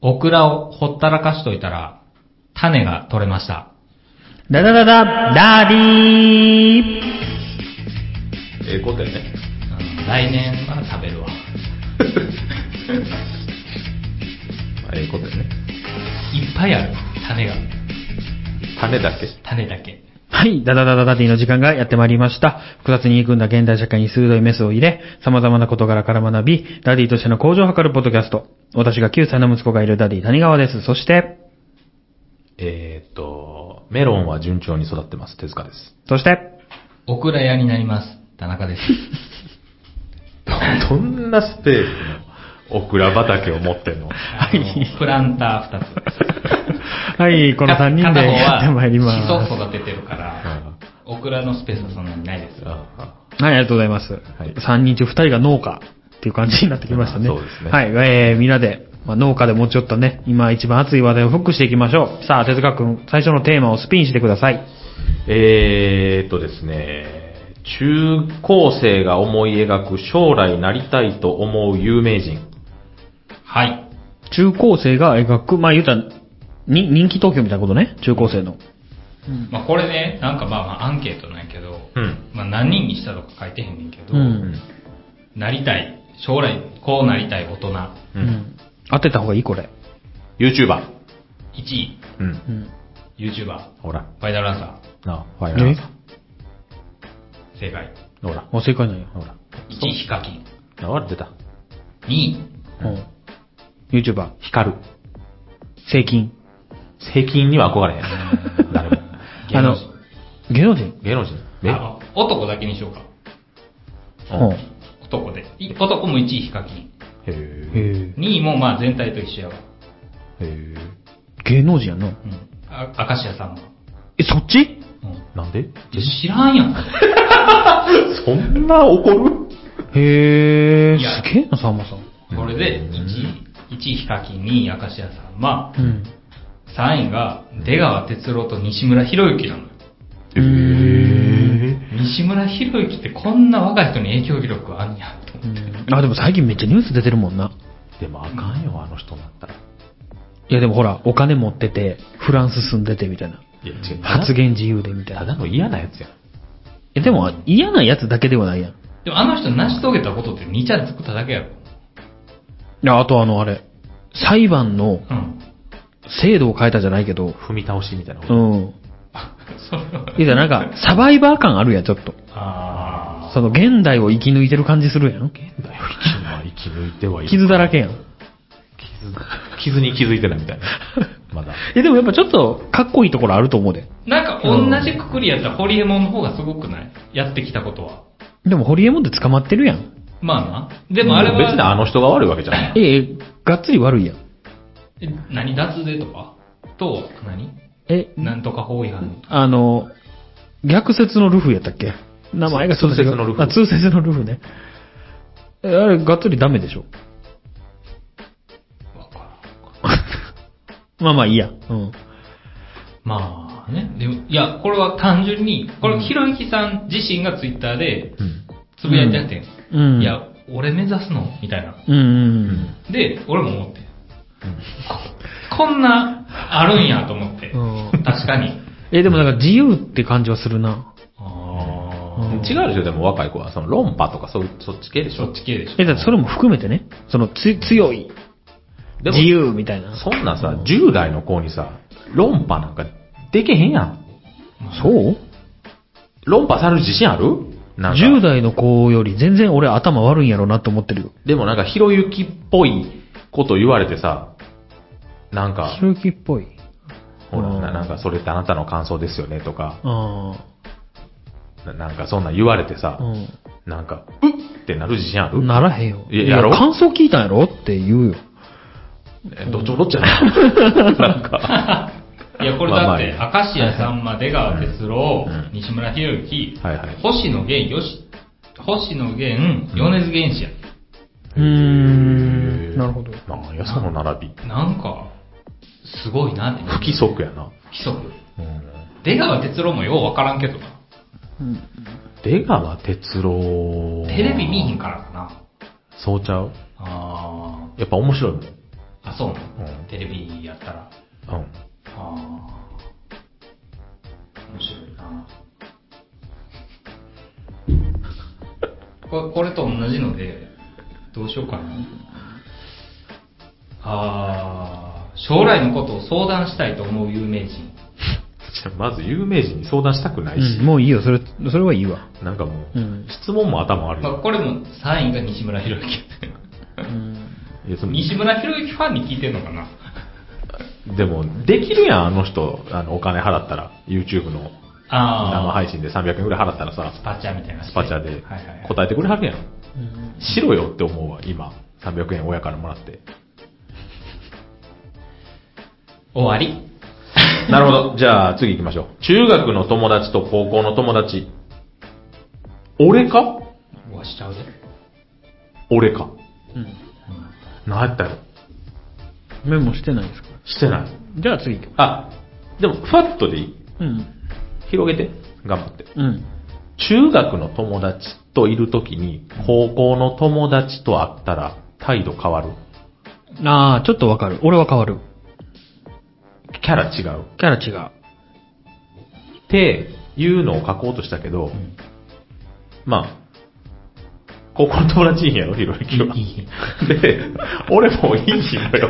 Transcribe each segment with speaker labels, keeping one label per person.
Speaker 1: オクラをほったらかしといたら、種が取れました。
Speaker 2: ダダダダ、ダーディー
Speaker 3: ええことやね。
Speaker 1: うん来年は食べるわ。
Speaker 3: まあええことやね。
Speaker 1: いっぱいある。種が。
Speaker 3: 種だけ。
Speaker 1: 種だけ。
Speaker 2: はい、ダダダダダディの時間がやってまいりました。複雑に入り組んだ現代社会に鋭いメスを入れ、様々な事柄から学び、ダディとしての向上を図るポッドキャスト。私が9歳の息子がいるダディ谷川です。そして、
Speaker 3: えーっと、メロンは順調に育ってます。手塚です。
Speaker 2: そして、
Speaker 1: オクラ屋になります。田中 です。
Speaker 3: どんなスペースのオクラ畑を持ってんの
Speaker 1: あのプランター2つ。
Speaker 2: はい、この3人でやってまいりま
Speaker 1: 片方
Speaker 2: す。
Speaker 1: はシソ育ててるから、オクラのスペースはそんなにないです。
Speaker 3: あ
Speaker 2: はい、ありがとうございます。
Speaker 3: い
Speaker 2: 3人中2人が農家っていう感じになってきましたね。
Speaker 3: まあそうですね
Speaker 2: はい、えー、みんなで、まあ、農家でもうちょっとね、今一番熱い話題をフックしていきましょう。さあ、手塚くん、最初のテーマをスピンしてください。
Speaker 3: えーっとですね、中高生が思い描く将来なりたいと思う有名人。
Speaker 1: はい。
Speaker 2: 中高生が描く、まあ言うたら、に人気投票みたいなことね、中高生の。
Speaker 1: まあこれね、なんかまあまあアンケートなんやけど、
Speaker 3: うん
Speaker 1: まあ何人にしたとか書いてへんねんけど、
Speaker 2: うん。
Speaker 1: なりたい、将来こうなりたい大人、
Speaker 3: う。
Speaker 2: うんん。当てた方がいい、これ。
Speaker 3: YouTuber。
Speaker 1: 1位、
Speaker 3: うん。
Speaker 2: うん。
Speaker 1: YouTuber、フ
Speaker 3: ほら。
Speaker 1: ァイナルアンサ
Speaker 3: なあ、ファイナルアン
Speaker 2: え
Speaker 3: サ
Speaker 1: ー、正解。
Speaker 3: ーほら。
Speaker 2: あ、正解なんや。
Speaker 3: ほら。
Speaker 1: 1位、ヒカキン。
Speaker 3: あ、わ出た。
Speaker 1: 2位、
Speaker 2: うん。YouTuber、
Speaker 3: 光る。
Speaker 2: 正金。
Speaker 3: 税金には憧れへ ん。誰も。
Speaker 1: 芸能人。
Speaker 2: 芸能人
Speaker 3: 芸能人。え
Speaker 1: あの男だけにしようか。
Speaker 2: うん。へ
Speaker 1: 男で。い男も1位、ヒカキン。
Speaker 3: へえ。
Speaker 2: え。
Speaker 1: 2位もまあ全体と一緒やわ。
Speaker 3: へえ。
Speaker 2: 芸能人やな。
Speaker 1: うん。あ、明石家さんま。
Speaker 2: え、そっち
Speaker 1: うん。
Speaker 3: なんで
Speaker 1: 知らんやん。
Speaker 3: そんな怒る
Speaker 2: へえ。
Speaker 1: いや
Speaker 2: すげえな、さんまさん。
Speaker 1: これで1位、1位ヒカキン、2位明石家さんま、
Speaker 2: うん。
Speaker 1: 3位が出川哲郎と西村博之なのよ。
Speaker 2: へえ
Speaker 1: 西村博之ってこんな若い人に影響力あんやと
Speaker 2: う
Speaker 1: 思って。
Speaker 2: ん。あ、でも最近めっちゃニュース出てるもんな。
Speaker 3: でもあかんよ、あの人だったら。
Speaker 2: いやでもほら、お金持ってて、フランス住んでてみたいな。
Speaker 3: いや、違う
Speaker 2: 発言自由でみたい
Speaker 3: ただ
Speaker 2: な。
Speaker 3: の嫌なやつやん。
Speaker 2: え、でも嫌なやつだけではないやん。
Speaker 1: でもあの人成し遂げたことって2ちゃん作っただけやろ。
Speaker 2: いや、あとあの、あれ、裁判の
Speaker 1: うん。
Speaker 2: 制度を変えたじゃないけど、
Speaker 3: 踏み倒しみたいなこ
Speaker 2: う
Speaker 3: と。
Speaker 2: ん。
Speaker 1: それはい
Speaker 2: や、なんか、サバイバー感あるやん、ちょっと。
Speaker 1: あ
Speaker 2: その、現代を生き抜いてる感じするやん。
Speaker 3: なんだよ、生きは生き抜いてはいる。
Speaker 2: 傷だらけやん。
Speaker 3: 傷。傷に気づいてないみたいな。 まだ。
Speaker 2: え、でもやっぱちょっと、かっこいいところあると思うで。
Speaker 1: ーなんか同じくくりやったらホリエモンの方がすごくないやってきたことは。
Speaker 2: でも、ホリエモンって捕まってるやん。
Speaker 1: まあな。でもあれは、
Speaker 3: 別にあの人が悪いわけじゃない。
Speaker 2: え、え、がっつり悪いやん。
Speaker 1: え何脱税とかと、何
Speaker 2: え、
Speaker 1: なんとか法違反。
Speaker 2: あの、逆説のルフやったっけ名前がちょっと違う
Speaker 3: 通説のルフ
Speaker 2: あ、通説のルフね。え、あれ、がっつりダメでしょ。
Speaker 1: わからん
Speaker 2: まあまあいいや。うん。
Speaker 1: まあね。でも、いや、これは単純に、これ、ひろゆきさん自身がツイッターで
Speaker 3: うん。
Speaker 1: つぶやいてやってん。
Speaker 2: うん。
Speaker 1: いや、俺目指すのみたいな。
Speaker 2: うんうんうん。
Speaker 1: で、俺も思って。ここんな、あるんやと思って。
Speaker 2: うん
Speaker 1: 確かに。
Speaker 2: え、でもなんか自由って感じはするな。
Speaker 1: あ
Speaker 2: うん
Speaker 3: 違うでしょ、でも若い子は。その論破とかそそっち系でし
Speaker 1: そ
Speaker 3: ょ
Speaker 1: っ。ち系でしょ。
Speaker 2: え、だってそれも含めてね、そのつ強い、
Speaker 3: でも
Speaker 2: 自由みたいな。
Speaker 3: そんなさ、10代の子にさ、論破なんかできへんやん。
Speaker 2: そう
Speaker 3: 論破される自信あるなんか
Speaker 2: ?10 代の子より全然俺頭悪いんやろうなと思ってるよ。
Speaker 3: でもなんか、ひろゆきっぽいこと言われてさ、なんか
Speaker 2: ひ、ろゆきっぽい。
Speaker 3: ほら、
Speaker 2: うん
Speaker 3: ななんか、それってあなたの感想ですよねとか、
Speaker 2: あ
Speaker 3: ななんかそんなん言われてさ
Speaker 2: あ。、うん。
Speaker 3: なんか、うっってなる自信ある
Speaker 2: ならへんよ。
Speaker 3: いややろ
Speaker 2: 感想聞いたんやろって言うよ。
Speaker 3: えどっちもどっちやな。 なんか、
Speaker 1: いや、これだって、
Speaker 3: ま
Speaker 1: 明石家さんま、出川哲郎
Speaker 3: うん、
Speaker 1: 西村博之
Speaker 3: はいはい、
Speaker 1: 星野源、よし、星野源、米津玄師や。
Speaker 2: うーん。なるほど。
Speaker 3: なんや、その並び。
Speaker 1: なんか、すごいなって。
Speaker 3: 不規則やな。
Speaker 1: 規則。出川哲郎もようわからんけどな。
Speaker 3: 出川哲郎。
Speaker 1: テレビ見ひんからかな。
Speaker 3: そうちゃう
Speaker 1: あ
Speaker 3: やっぱ面白いもん。
Speaker 1: ーあ、そうなの、
Speaker 3: うん
Speaker 1: テレビやったら。
Speaker 3: うん。
Speaker 1: ああ。面白いな。これこれと同じので、どうしようかな。ああ、将来のことを相談したいと思う有名人。
Speaker 3: じゃあまず有名人に相談したくないし
Speaker 2: うん、、もういいよ、それ、それはいいわ。
Speaker 3: なんかもう、
Speaker 2: うん
Speaker 3: 質問も頭悪い。
Speaker 1: まあ、これも3位が西村博之。
Speaker 2: うん。
Speaker 3: いやその
Speaker 1: 西村博之ファンに聞いてんのかな
Speaker 3: でも、できるやん、あの人、あのお金払ったら、YouTube の生
Speaker 1: ああ、
Speaker 3: 配信で300円ぐらい払ったらさ
Speaker 1: ス、パチャみたいな。
Speaker 3: スパチャで
Speaker 1: はいはいはい
Speaker 3: 答えてくれはるやん。しろよって思うわ、今。300円親からもらって。
Speaker 1: 終わり。
Speaker 3: なるほど。じゃあ次行きましょう。中学の友達と高校の友達。俺か
Speaker 1: うわ、しちゃうぜ。
Speaker 3: 俺か。
Speaker 2: うん。
Speaker 3: なんやったよ。
Speaker 2: メモしてないですか
Speaker 3: してない。
Speaker 2: じゃあ次行きま
Speaker 3: あ、でも、ふわっとでいい
Speaker 2: す。うん。
Speaker 3: 広げて。頑張って。
Speaker 2: うん。
Speaker 3: 中学の友達といるときに、高校の友達と会ったら、態度変わる。
Speaker 2: ああ、ちょっとわかる。俺は変わる。
Speaker 3: キャラ違う。
Speaker 2: キャラ違う。
Speaker 3: っていうのを書こうとしたけど、まあ、高校の友達いいんやろ、ひろゆきは。
Speaker 1: いい
Speaker 3: で、俺もいいのよ。だ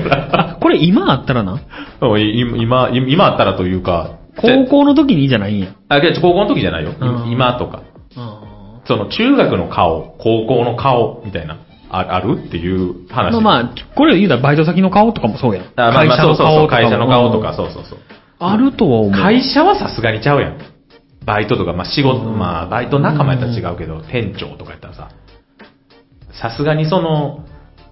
Speaker 3: から、
Speaker 2: あ、これ今あったらな。
Speaker 3: うんい今、今あったらというか、
Speaker 2: 高校の時にじゃないんや。
Speaker 3: あ、いや高校の時じゃないよ。
Speaker 2: うん
Speaker 3: 今とか。
Speaker 2: あ
Speaker 3: その中学の顔、高校の顔、みたいな、ああるっていう話。
Speaker 2: のまあ、これ言うたらバイト先の顔とかもそうやん。
Speaker 3: あまあまあ、そうそうそう、会社の顔と。
Speaker 2: も
Speaker 3: か、そうそうそう。
Speaker 2: あるとは思う。
Speaker 3: 会社はさすがにちゃうやん。バイトとか、まあ仕事、まあバイト仲間やったら違うけど、店長とかやったらさ、さすがにその、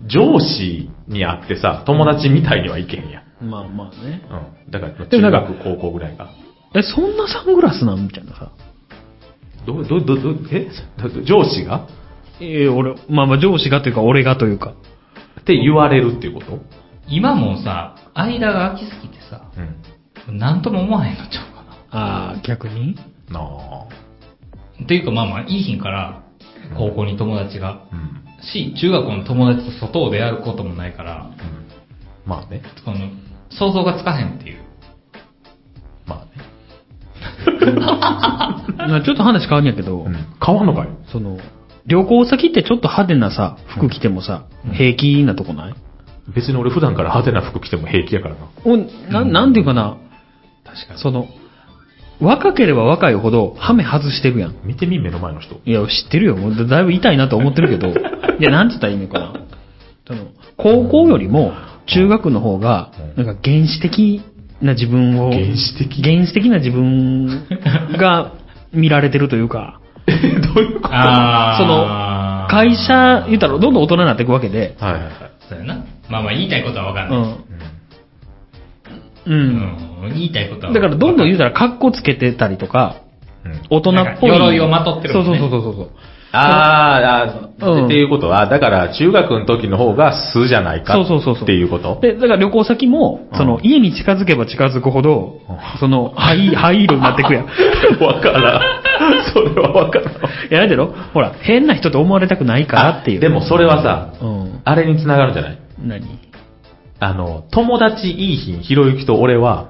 Speaker 3: 上司に会ってさ、友達みたいにはいけんやん。
Speaker 2: まあまあね。
Speaker 3: うん。だから、
Speaker 2: で
Speaker 3: 中
Speaker 2: もなんか
Speaker 3: 学、高校ぐらいが。
Speaker 2: え、そんなサングラスなんみたいなさ。
Speaker 3: ど、ど、ど、ど、えど上司が
Speaker 2: ええ俺、まあまあ上司がというか俺がというか。
Speaker 3: って言われるっていうこと
Speaker 1: 今もさ、間が空きすぎてさ、
Speaker 3: うん。
Speaker 1: なんとも思わへんのちゃうかな。
Speaker 2: ああ、逆 に
Speaker 3: なあ。
Speaker 1: っていうかまあまあ、いい日から、高校に友達が、
Speaker 3: うん。
Speaker 1: し、中学校の友達と外を出歩くこともないから、
Speaker 3: うんまあね。
Speaker 1: この、想像がつかへんって いう。
Speaker 3: まあね。
Speaker 2: まあちょっと話変わるんやけど、
Speaker 3: うん。変わんのかい
Speaker 2: その、旅行先ってちょっと派手なさ、服着てもさ、平気なとこない
Speaker 3: 別に俺普段から派手な服着ても平気やからな。
Speaker 2: おななんていうかな、
Speaker 1: 確か
Speaker 2: その、若ければ若いほど、ハメ外してるやん。
Speaker 3: 見てみ、目の前の人。
Speaker 2: いや、知ってるよ。もうだだいぶ痛いなと思って るけど、いや、なんて言ったらいいのかな。その、高校よりも、中学の方が、なんか原始的な自分を、
Speaker 3: 原始的
Speaker 2: 原始的な自分が 見られてるというか、
Speaker 3: どういうこと
Speaker 1: あー
Speaker 2: 会社、言ったらどんどん大人になっていくわけで、
Speaker 3: はいはいはい。
Speaker 1: そうやな。まあまあ、言いたいことはわかん
Speaker 2: う
Speaker 1: ない。
Speaker 2: ん。う。
Speaker 1: うんん。言いたいことは。
Speaker 2: だからどんどん言う
Speaker 1: う。
Speaker 2: たら、格好つけてたりとか、
Speaker 3: うん
Speaker 2: 大人っぽい。
Speaker 1: なんか鎧をまとってるもんね
Speaker 2: そうそうそうそうそう。
Speaker 3: あーあ
Speaker 2: う
Speaker 3: ー、
Speaker 2: ん
Speaker 3: っていうことは、だから中学の時の方が素じゃないか
Speaker 2: そうそうそうそう
Speaker 3: っていうこと
Speaker 2: で、だから旅行先も、
Speaker 3: うん
Speaker 2: その、家に近づけば近づくほど
Speaker 3: うん、
Speaker 2: その、 灰、灰色になってくやん。い
Speaker 3: わか らん。それはわからん。
Speaker 2: や、だけど、ほら、変な人と思われたくないからっていう。
Speaker 3: あで、もそれはさ、
Speaker 2: うん。
Speaker 3: あれに繋がるんじゃない
Speaker 2: 何
Speaker 3: あの、友達いい日、ひろゆきと俺は、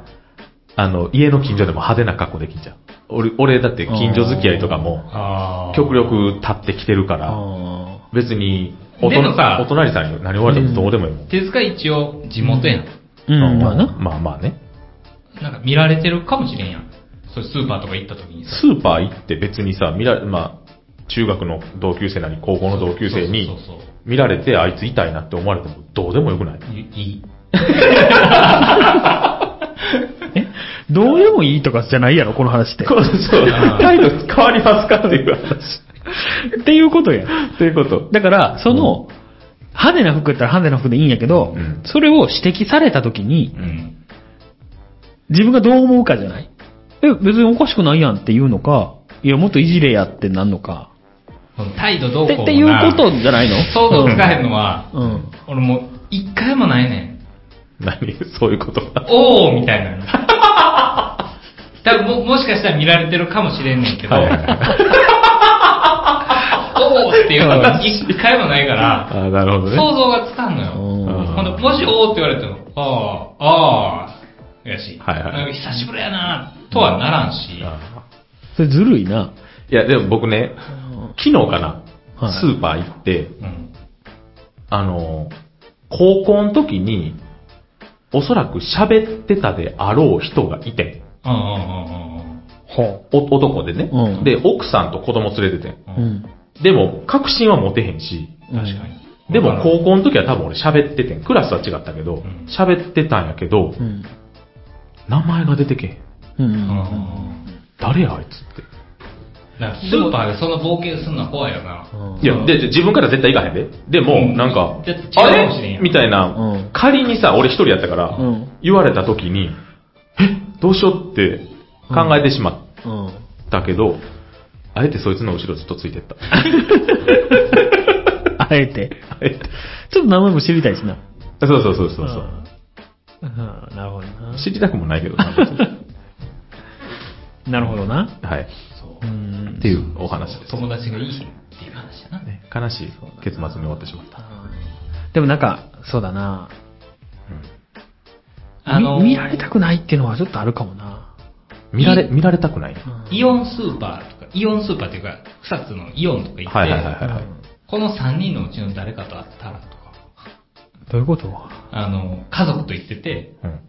Speaker 3: あの、家の近所でも派手な格好できんじゃん。俺、俺だって近所付き合いとかも、
Speaker 1: あー
Speaker 3: 極。力立ってきてるから、
Speaker 2: あ
Speaker 3: 別に、おと
Speaker 1: でもさ
Speaker 3: お隣さんに何言われてもどうでもいいもん。
Speaker 1: 手塚一応、地元やん。
Speaker 2: ーうん、まあな。
Speaker 3: まあまあね。
Speaker 1: なんか見られてるかもしれんやん。そういうスーパーとか行った時にさ。
Speaker 3: スーパー行って別にさ、見られ、まあ、中学の同級生なり、高校の同級生に
Speaker 1: そうそうそうそう
Speaker 3: 見られて、あいつ痛いなって思われてもどうでもよく ない
Speaker 1: いい。
Speaker 2: えどうでもいいとかじゃないやろ、この話って。
Speaker 3: こうそう
Speaker 1: あー
Speaker 3: 態度変わりますかっていう 話。
Speaker 2: っていうことや。
Speaker 3: ということ。
Speaker 2: だから、その、派手な服やったら派手な服でいいんやけど
Speaker 3: うん、
Speaker 2: それを指摘された時に
Speaker 1: う、ん。
Speaker 2: 自分がどう思うかじゃない。え、別におかしくないやんっていうのか、いや、もっといじれやってなんのか。
Speaker 1: この態度ど
Speaker 2: っ
Speaker 1: う
Speaker 2: て
Speaker 1: こう
Speaker 2: っていうことじゃないの
Speaker 1: 想像つかへんのは、
Speaker 2: うん。うん
Speaker 1: 俺もう一回もないねん。
Speaker 3: 何そういう こと
Speaker 1: おーみたいなの。多分も、もしかしたら見られてるかもしれんねんけど、
Speaker 3: はいはいはい
Speaker 1: おーっていうのが一回もないから、
Speaker 3: あーなるほどね。
Speaker 1: 想像がつかんの
Speaker 2: うん
Speaker 1: よ。ほんで、もしおーって言われても、ああ、ああ、やし、
Speaker 3: はいはい
Speaker 1: なんか久しぶりやな、とはならんし、
Speaker 3: あ
Speaker 2: それずるいな。
Speaker 3: ーいや、でも僕ね、昨日かな、
Speaker 2: はい
Speaker 3: スーパー行って、
Speaker 1: うん。
Speaker 3: あの、高校の時に、おそらく喋ってたであろう人がいて、
Speaker 1: うんうんうん
Speaker 2: ほ
Speaker 3: お男でね、
Speaker 2: うん
Speaker 3: で、奥さんと子供連れてて。
Speaker 1: うん
Speaker 2: う。う
Speaker 1: うん。
Speaker 2: ん。
Speaker 3: でも、確信は持てへんし、
Speaker 1: 確かに。
Speaker 3: で
Speaker 1: わ
Speaker 3: も
Speaker 1: からん
Speaker 3: 高校の時は多分俺喋っててん。クラスは違ったけど
Speaker 1: ん、
Speaker 3: 喋ってたんやけど、
Speaker 2: うん。
Speaker 3: 名前が出てけへ
Speaker 2: う
Speaker 3: ん。
Speaker 2: ん。う
Speaker 1: うんうん
Speaker 2: ん。
Speaker 3: 誰やあいつって。
Speaker 1: なんかスーパーでそんな冒険すんのは怖いよな。
Speaker 2: うん、
Speaker 3: いや、で、で自分から絶対行かへんで。で
Speaker 1: う
Speaker 3: も、
Speaker 1: ん
Speaker 3: なんか
Speaker 1: ちょっと違う、
Speaker 3: あ
Speaker 1: かもしれん
Speaker 3: れ
Speaker 1: よ
Speaker 3: みたいうなん仮にさ、俺一人やったから
Speaker 2: うん、
Speaker 3: 言われた時に、え、どうしようって考えてしまっ
Speaker 2: うん。
Speaker 3: たけど、あえてそいつの後ろずっとついてった。
Speaker 2: あえて。
Speaker 3: あえて
Speaker 2: ちょっと名前も知りたいしな。
Speaker 3: そうそうそうそうそう。
Speaker 2: うん。うんなるほどな。
Speaker 3: 知りたくもないけどな。別に
Speaker 2: なるほどな。
Speaker 3: はい。
Speaker 1: そうう
Speaker 2: う
Speaker 1: ん
Speaker 2: ん
Speaker 3: っていうお話です。
Speaker 1: 友達がいいっていう話やな。
Speaker 3: ね悲しい結末に終わってしまった。
Speaker 2: でもなんか、そうだな。
Speaker 1: あのー
Speaker 2: 見見られたくないっていうのはちょっとあるかもな。
Speaker 3: 見られ、見られたくない。
Speaker 2: うん
Speaker 1: イオンスーパーとか、イオンスーパーっていうか、草津のイオンとか行って、
Speaker 3: はいはいはいは
Speaker 2: うん
Speaker 3: い。
Speaker 1: この3人のうちの誰かと会ったらとか、
Speaker 2: どういうこと
Speaker 1: あの、家族と行ってて、
Speaker 3: うん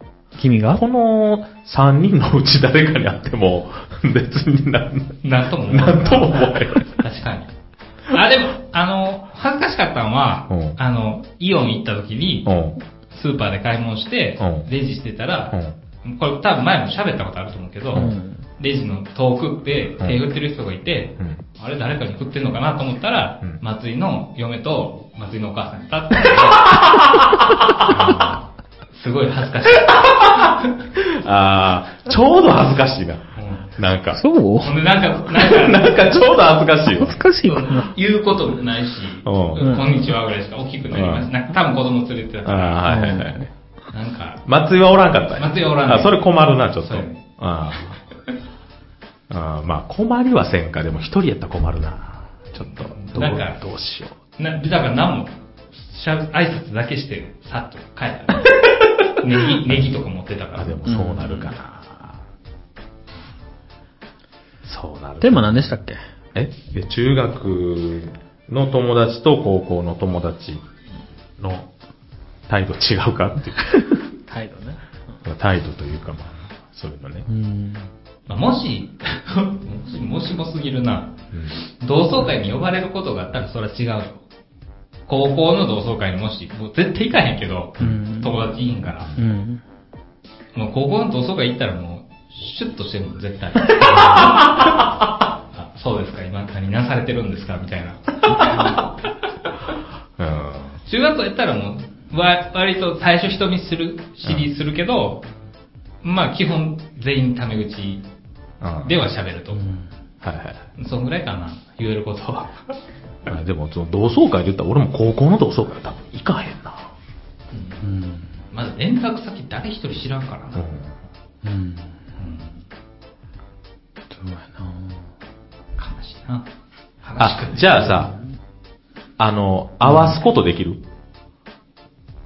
Speaker 2: 君が
Speaker 3: この3人のうち誰かに会っても、 別になん、
Speaker 1: なんとも思わ
Speaker 3: なん
Speaker 1: ない
Speaker 3: とも思われない。
Speaker 1: 確かに。あ、でも、あの、恥ずかしかったのは、
Speaker 3: うん
Speaker 1: あの、イオン行った時に、
Speaker 3: うん。
Speaker 1: スーパーで買い物して、
Speaker 3: うん
Speaker 1: レジしてたら、これ多分前も喋ったことあると思うけど、
Speaker 2: うん
Speaker 1: レジの遠くで手振ってる人がいて、
Speaker 3: うん
Speaker 1: あれ誰かに振ってんのかなと思ったら、
Speaker 3: うん
Speaker 1: 松井の嫁と松井のお母さんに立って、 すごい恥ずかしい。
Speaker 3: あー、ちょうど恥ずかしいな。
Speaker 1: うん
Speaker 3: なんか。
Speaker 2: そう
Speaker 1: ほんで、なんか、なんか、
Speaker 3: なんかちょうど恥ずかしいわ
Speaker 2: 恥ず。かしいかな。
Speaker 1: 言うこともないし、
Speaker 3: うん
Speaker 1: こんにちはぐらいしか大きくなりまし
Speaker 3: う
Speaker 1: た。なんか多分子供連れてたから、
Speaker 3: あー、はいはいはい。
Speaker 1: なんか、
Speaker 3: 松井はおらんかったんや
Speaker 1: 松井はおらんね
Speaker 3: あ、それ困るな、ちょっと
Speaker 1: そうやね。
Speaker 3: あーあー、まあ困りはせんか。でも一人やったら困るな。ちょっと、どう
Speaker 1: なんか
Speaker 3: どうしよう。
Speaker 1: な、だから何も、しゃ、挨拶だけして、さっと帰った。ネギ、ネギとか持ってたから。
Speaker 3: あ、でもそうなるかな。そうなる。
Speaker 2: テーマ何でしたっけ
Speaker 3: えで中学の友達と高校の友達の態度違うかっていう。
Speaker 2: 態度ね。
Speaker 3: 態度というか、まあ、そういうのね
Speaker 2: う。ん。
Speaker 1: まあもし、 もしもしもすぎるな。
Speaker 3: うん
Speaker 1: 同窓会に呼ばれることがあったらそれは違うよ。高校の同窓会にもし、もう絶対行かへんけど、
Speaker 2: うん
Speaker 1: 友達いいんから。
Speaker 2: うん。
Speaker 1: もう高校の同窓会行ったらもう、シュッとしてるもん、絶 対。あそうですか、今何なされてるんですかみたいな。
Speaker 3: うん
Speaker 1: 中学校やったらもう、わ割と最初人見する、知りするけど、まあ基本全員タメ口
Speaker 3: うん
Speaker 1: では喋ると。
Speaker 3: はいはい
Speaker 1: そんぐらいかな、言えることは。
Speaker 3: あ。でも、その同窓会で言ったら、俺も高校の同窓会は多分行かへんな。
Speaker 2: うん。
Speaker 1: まず連絡先誰一人知らんからな。
Speaker 2: うん。
Speaker 1: うん
Speaker 2: そうやな
Speaker 1: 悲しいな。
Speaker 3: あ
Speaker 1: 悲、しく
Speaker 3: じゃあさ、あの、合わすことできる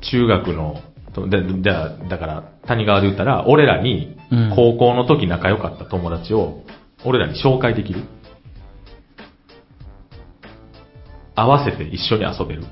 Speaker 3: 中学の、とでじゃあ、だから、谷川で言ったら、俺らに
Speaker 2: うん、
Speaker 3: 高校の時仲良かった友達を、俺らに紹介できる合わせて一緒に遊べる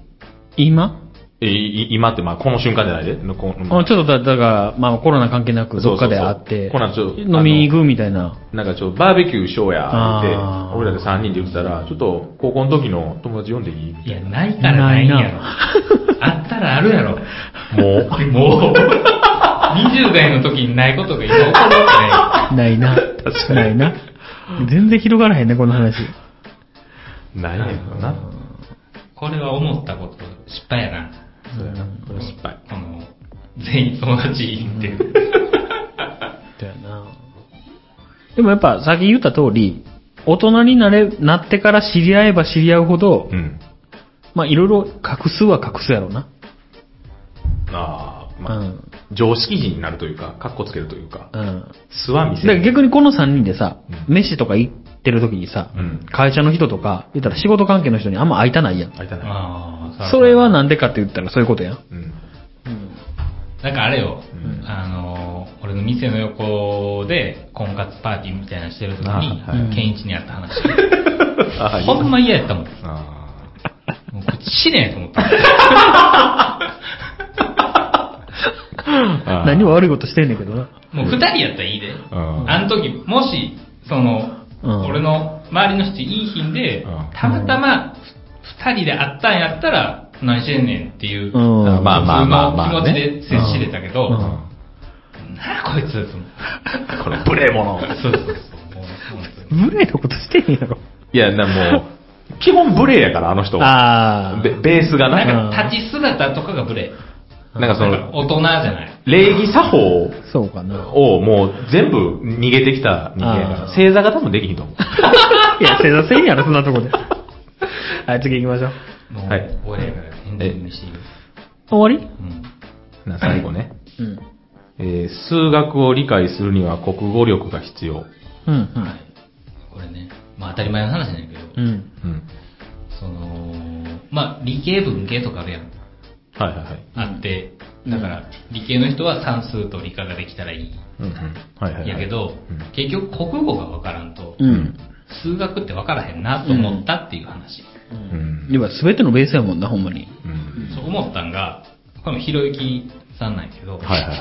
Speaker 2: 今
Speaker 3: えい今って、まあ、この瞬間じゃないで。
Speaker 2: あ
Speaker 3: こ
Speaker 2: ち
Speaker 3: の
Speaker 2: ょっとだ、だから、まあコロナ関係なく、どっかで会って、
Speaker 3: そうそうそうこんなんちょ
Speaker 2: 飲みに行くみたいな。
Speaker 3: なんかちょ、バーベキューしようや、って
Speaker 2: あー、
Speaker 3: 俺らで3人で言ってたら、ちょっと、高校の時の友達呼んでいい
Speaker 1: いや、ないからないんやろ。あったらあるやろ。
Speaker 3: もう。
Speaker 1: もう、20代の時にないことが今起こるわけない。
Speaker 2: ないな。
Speaker 3: 確かに
Speaker 2: ないな。全然広がらへんね、この話。
Speaker 3: ないねんかな。
Speaker 1: これは思ったこと、失敗やな。
Speaker 3: そうやな。これは失敗。
Speaker 1: この、全員友達いいっていう。
Speaker 2: だよな。でもやっぱ、さっき言った通り、大人になれ、なってから知り合えば知り合うほど、
Speaker 3: うん。
Speaker 2: まあいろいろ隠すは隠すやろうな。
Speaker 3: ああ、まあ、
Speaker 2: うん
Speaker 3: 常識人になるというか、かっこつけるというか、
Speaker 2: うん。
Speaker 3: 素は見
Speaker 2: だ
Speaker 3: せ
Speaker 2: か
Speaker 3: な
Speaker 2: ら
Speaker 3: い。
Speaker 2: 逆にこの3人でさ、
Speaker 3: うん
Speaker 2: 飯とか行ってる時にさ、
Speaker 3: うん
Speaker 2: 会社の人とか、言ったら仕事関係の人にあんま会いたないやん。
Speaker 3: あいたない。
Speaker 1: ああ
Speaker 2: それはなんでかって言ったらそういうことやん。
Speaker 3: うん。
Speaker 2: うん
Speaker 1: なんかあれよ、
Speaker 3: うん
Speaker 1: あのー、俺の店の横で婚活パーティーみたいなのしてる時に、
Speaker 3: あはい
Speaker 1: ケンイチに会った話。
Speaker 3: あ
Speaker 1: ほんま嫌やったもん。も
Speaker 3: あ
Speaker 1: うこれ死ねえと思った。
Speaker 3: ー
Speaker 2: 何も悪いことしてんねんけどな。
Speaker 1: もう二人やったらいいで。
Speaker 3: うん
Speaker 1: あの時、もし、その、
Speaker 2: うん
Speaker 1: 俺の周りの人いい品で、
Speaker 3: うん
Speaker 1: たまたま二人で会ったんやったら、何してんねんっていう、
Speaker 2: うん
Speaker 1: 普通の
Speaker 3: まあまあまあまあね
Speaker 1: 気持ちで接してたけど、
Speaker 2: うん
Speaker 1: なあこいつと思って
Speaker 3: この無礼者。
Speaker 1: そうそうそう。もう本当に
Speaker 2: 無礼なことしてへんやろ。
Speaker 3: いや、な、もう、基本無礼やから、あの人。
Speaker 2: あ
Speaker 3: ベベースがな。
Speaker 1: なんか立ち姿とかがブレ。
Speaker 3: なんかそ
Speaker 1: なんか
Speaker 3: の、
Speaker 1: 大人じゃない。
Speaker 3: 礼儀作法
Speaker 2: あ。そうかな。
Speaker 3: をもう全部逃げてきた人間やか
Speaker 2: あ
Speaker 3: ら
Speaker 2: ー
Speaker 3: 正座が多分できひんと思う。
Speaker 2: いや、正座せんやろ、そんなとこで。はい、次行きましょう。
Speaker 1: もう、
Speaker 3: はい
Speaker 1: 俺やから全然無視。
Speaker 2: 終わ
Speaker 1: うん。
Speaker 3: な最後ね。
Speaker 2: りうん。
Speaker 3: えー数学を理解するには国語力が必要。
Speaker 2: うん、
Speaker 1: はい。これね、まあ当たり前の話なんやけど、
Speaker 2: うん。うん。
Speaker 3: うん。
Speaker 1: その、まあ理系文系とかあるやん。
Speaker 3: はいはいはい。
Speaker 1: あって、だから理系の人は算数と理科ができたらいい。
Speaker 3: うんうん。はいはい、はい。
Speaker 1: やけど
Speaker 3: うん、
Speaker 1: 結局国語がわからんと
Speaker 2: う、ん。
Speaker 1: 数学ってわからへんなと思ったっていう話。
Speaker 3: うん。
Speaker 2: 要は全てのベースやもんな、ほんまに。
Speaker 3: うん。
Speaker 1: そう思ったんが、これもひろゆきさんなんやけど、
Speaker 3: はいはいはい。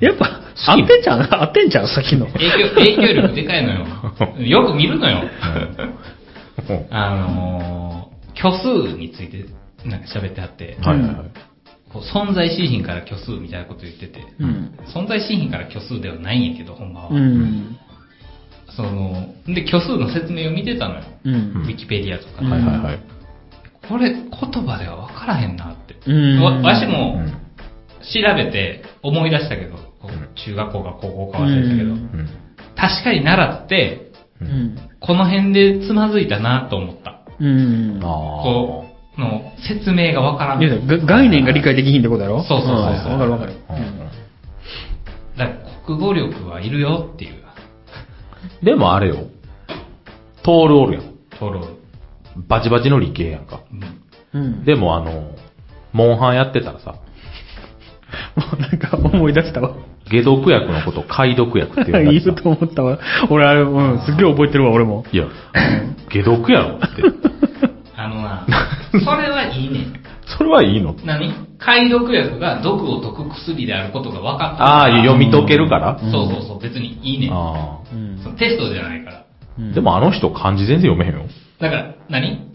Speaker 2: やっぱ、合ってんちゃうな、合ってんちゃう、先の。
Speaker 1: 影響影響力でかい のよ。よく見るのよ。あのー、虚数についてなんか喋ってあって、
Speaker 3: はいはいはい。
Speaker 1: こう存在しひんから虚数みたいなこと言ってて、
Speaker 2: うん。
Speaker 1: 存在しひんから虚数ではないんやけど、ほんまは。
Speaker 2: うん。
Speaker 1: その、で、虚数の説明を見てたのよ。
Speaker 2: う
Speaker 1: ウ
Speaker 2: ん。
Speaker 1: ィキペディアとか。
Speaker 2: うん
Speaker 3: はいはいはい。
Speaker 1: これ、言葉では分からへんなって。
Speaker 2: うん
Speaker 1: わわしも
Speaker 3: うん。
Speaker 1: 調べて思い出したけど、こう中学校か高校か忘れたけど、
Speaker 2: うん
Speaker 3: うん。
Speaker 1: 確かに習って、
Speaker 2: うん。
Speaker 1: この辺でつまずいたなと思った。
Speaker 2: うん。
Speaker 3: あ
Speaker 1: こう、の説明がわからん。
Speaker 2: いやが概念が理解できひんってことやろ
Speaker 1: そうそうそうそうん
Speaker 2: わかるわかる。
Speaker 3: あ。うん
Speaker 1: だから国語力はいるよっていう。
Speaker 3: でもあれよ。トールおるやん。
Speaker 1: トロー
Speaker 3: バチバチの理系やんか。
Speaker 1: ル。うん
Speaker 2: うん。で、
Speaker 3: でもあの、モンハンやってたらさ、
Speaker 2: もうなんか思い出したわ。
Speaker 3: 解毒薬のことを解毒薬って呼んだ り
Speaker 2: 言
Speaker 3: さ
Speaker 2: うと思ったわ。俺あれ、うん、すっげえ覚えてるわ、俺も。
Speaker 3: いや、解毒やろ って。
Speaker 1: あの な、それはいいねん。
Speaker 3: それはいいの
Speaker 1: 何解毒薬が毒を解く薬であることが分かったから。
Speaker 3: ああ、読み解けるから、
Speaker 1: そうそうそう、別にいいねん。
Speaker 3: あ
Speaker 2: うん
Speaker 1: そのテストじゃないから。
Speaker 3: あ。で、もあの人漢字全然読めへんよ。
Speaker 1: だから何、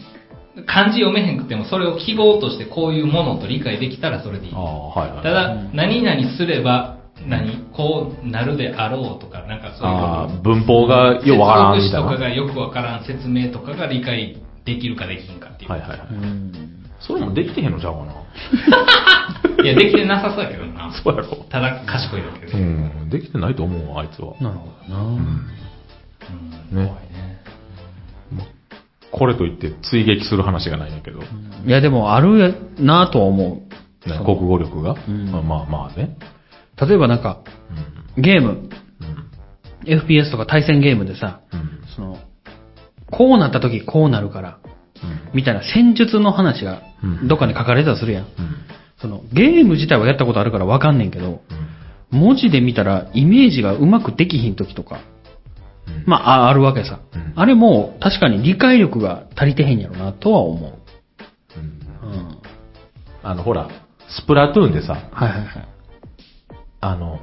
Speaker 1: 漢字読めへんくても、それを記号としてこういうものと理解できたらそれでいい。
Speaker 3: ああ、はいはい。
Speaker 1: ただ、何々すれば、何、こうなるであろうとか、なんかそういうこと。
Speaker 3: ああ、文法がようわからんみ
Speaker 1: 接
Speaker 3: たい
Speaker 1: 続詞とか
Speaker 3: な。
Speaker 1: がよくわからん説明とかが理解できるかできひんかっていう。
Speaker 3: はいはいはい。それもできてへんのちゃうかな。
Speaker 1: い、や、できてなさそうやけどな。
Speaker 3: そうやろ。
Speaker 1: ただ、賢いだけで。
Speaker 3: う
Speaker 1: うん
Speaker 3: ん、できてないと思うわ、あいつは。
Speaker 2: なるほどな
Speaker 3: ね
Speaker 1: 怖いね。
Speaker 3: これといって追撃する話がないんだけど、
Speaker 2: いや、でもあるなとは思
Speaker 3: ね国語力が、
Speaker 2: うん
Speaker 3: まあまあまあね。
Speaker 2: う。例えばなんか、ゲーム、FPS とか対戦ゲームでさ、
Speaker 3: うん。うん。
Speaker 2: その、こうなった時こうなるから、
Speaker 3: うん。
Speaker 2: みたいな戦術の話が
Speaker 3: うん
Speaker 2: どっかに書かれてたりするやん。
Speaker 3: うん。
Speaker 2: その、ゲーム自体はやったことあるからわかんねんけど、文字で見たらイメージがうまくできひん時とか、
Speaker 3: うん
Speaker 2: まあ、ああるわけさ。
Speaker 3: うん
Speaker 2: あれも確かに理解力が足りてへんやろなとは思う。
Speaker 3: うん
Speaker 2: うん。
Speaker 3: あの、ほら、スプラトゥーンでさ、
Speaker 2: はいはいはい。
Speaker 3: あの、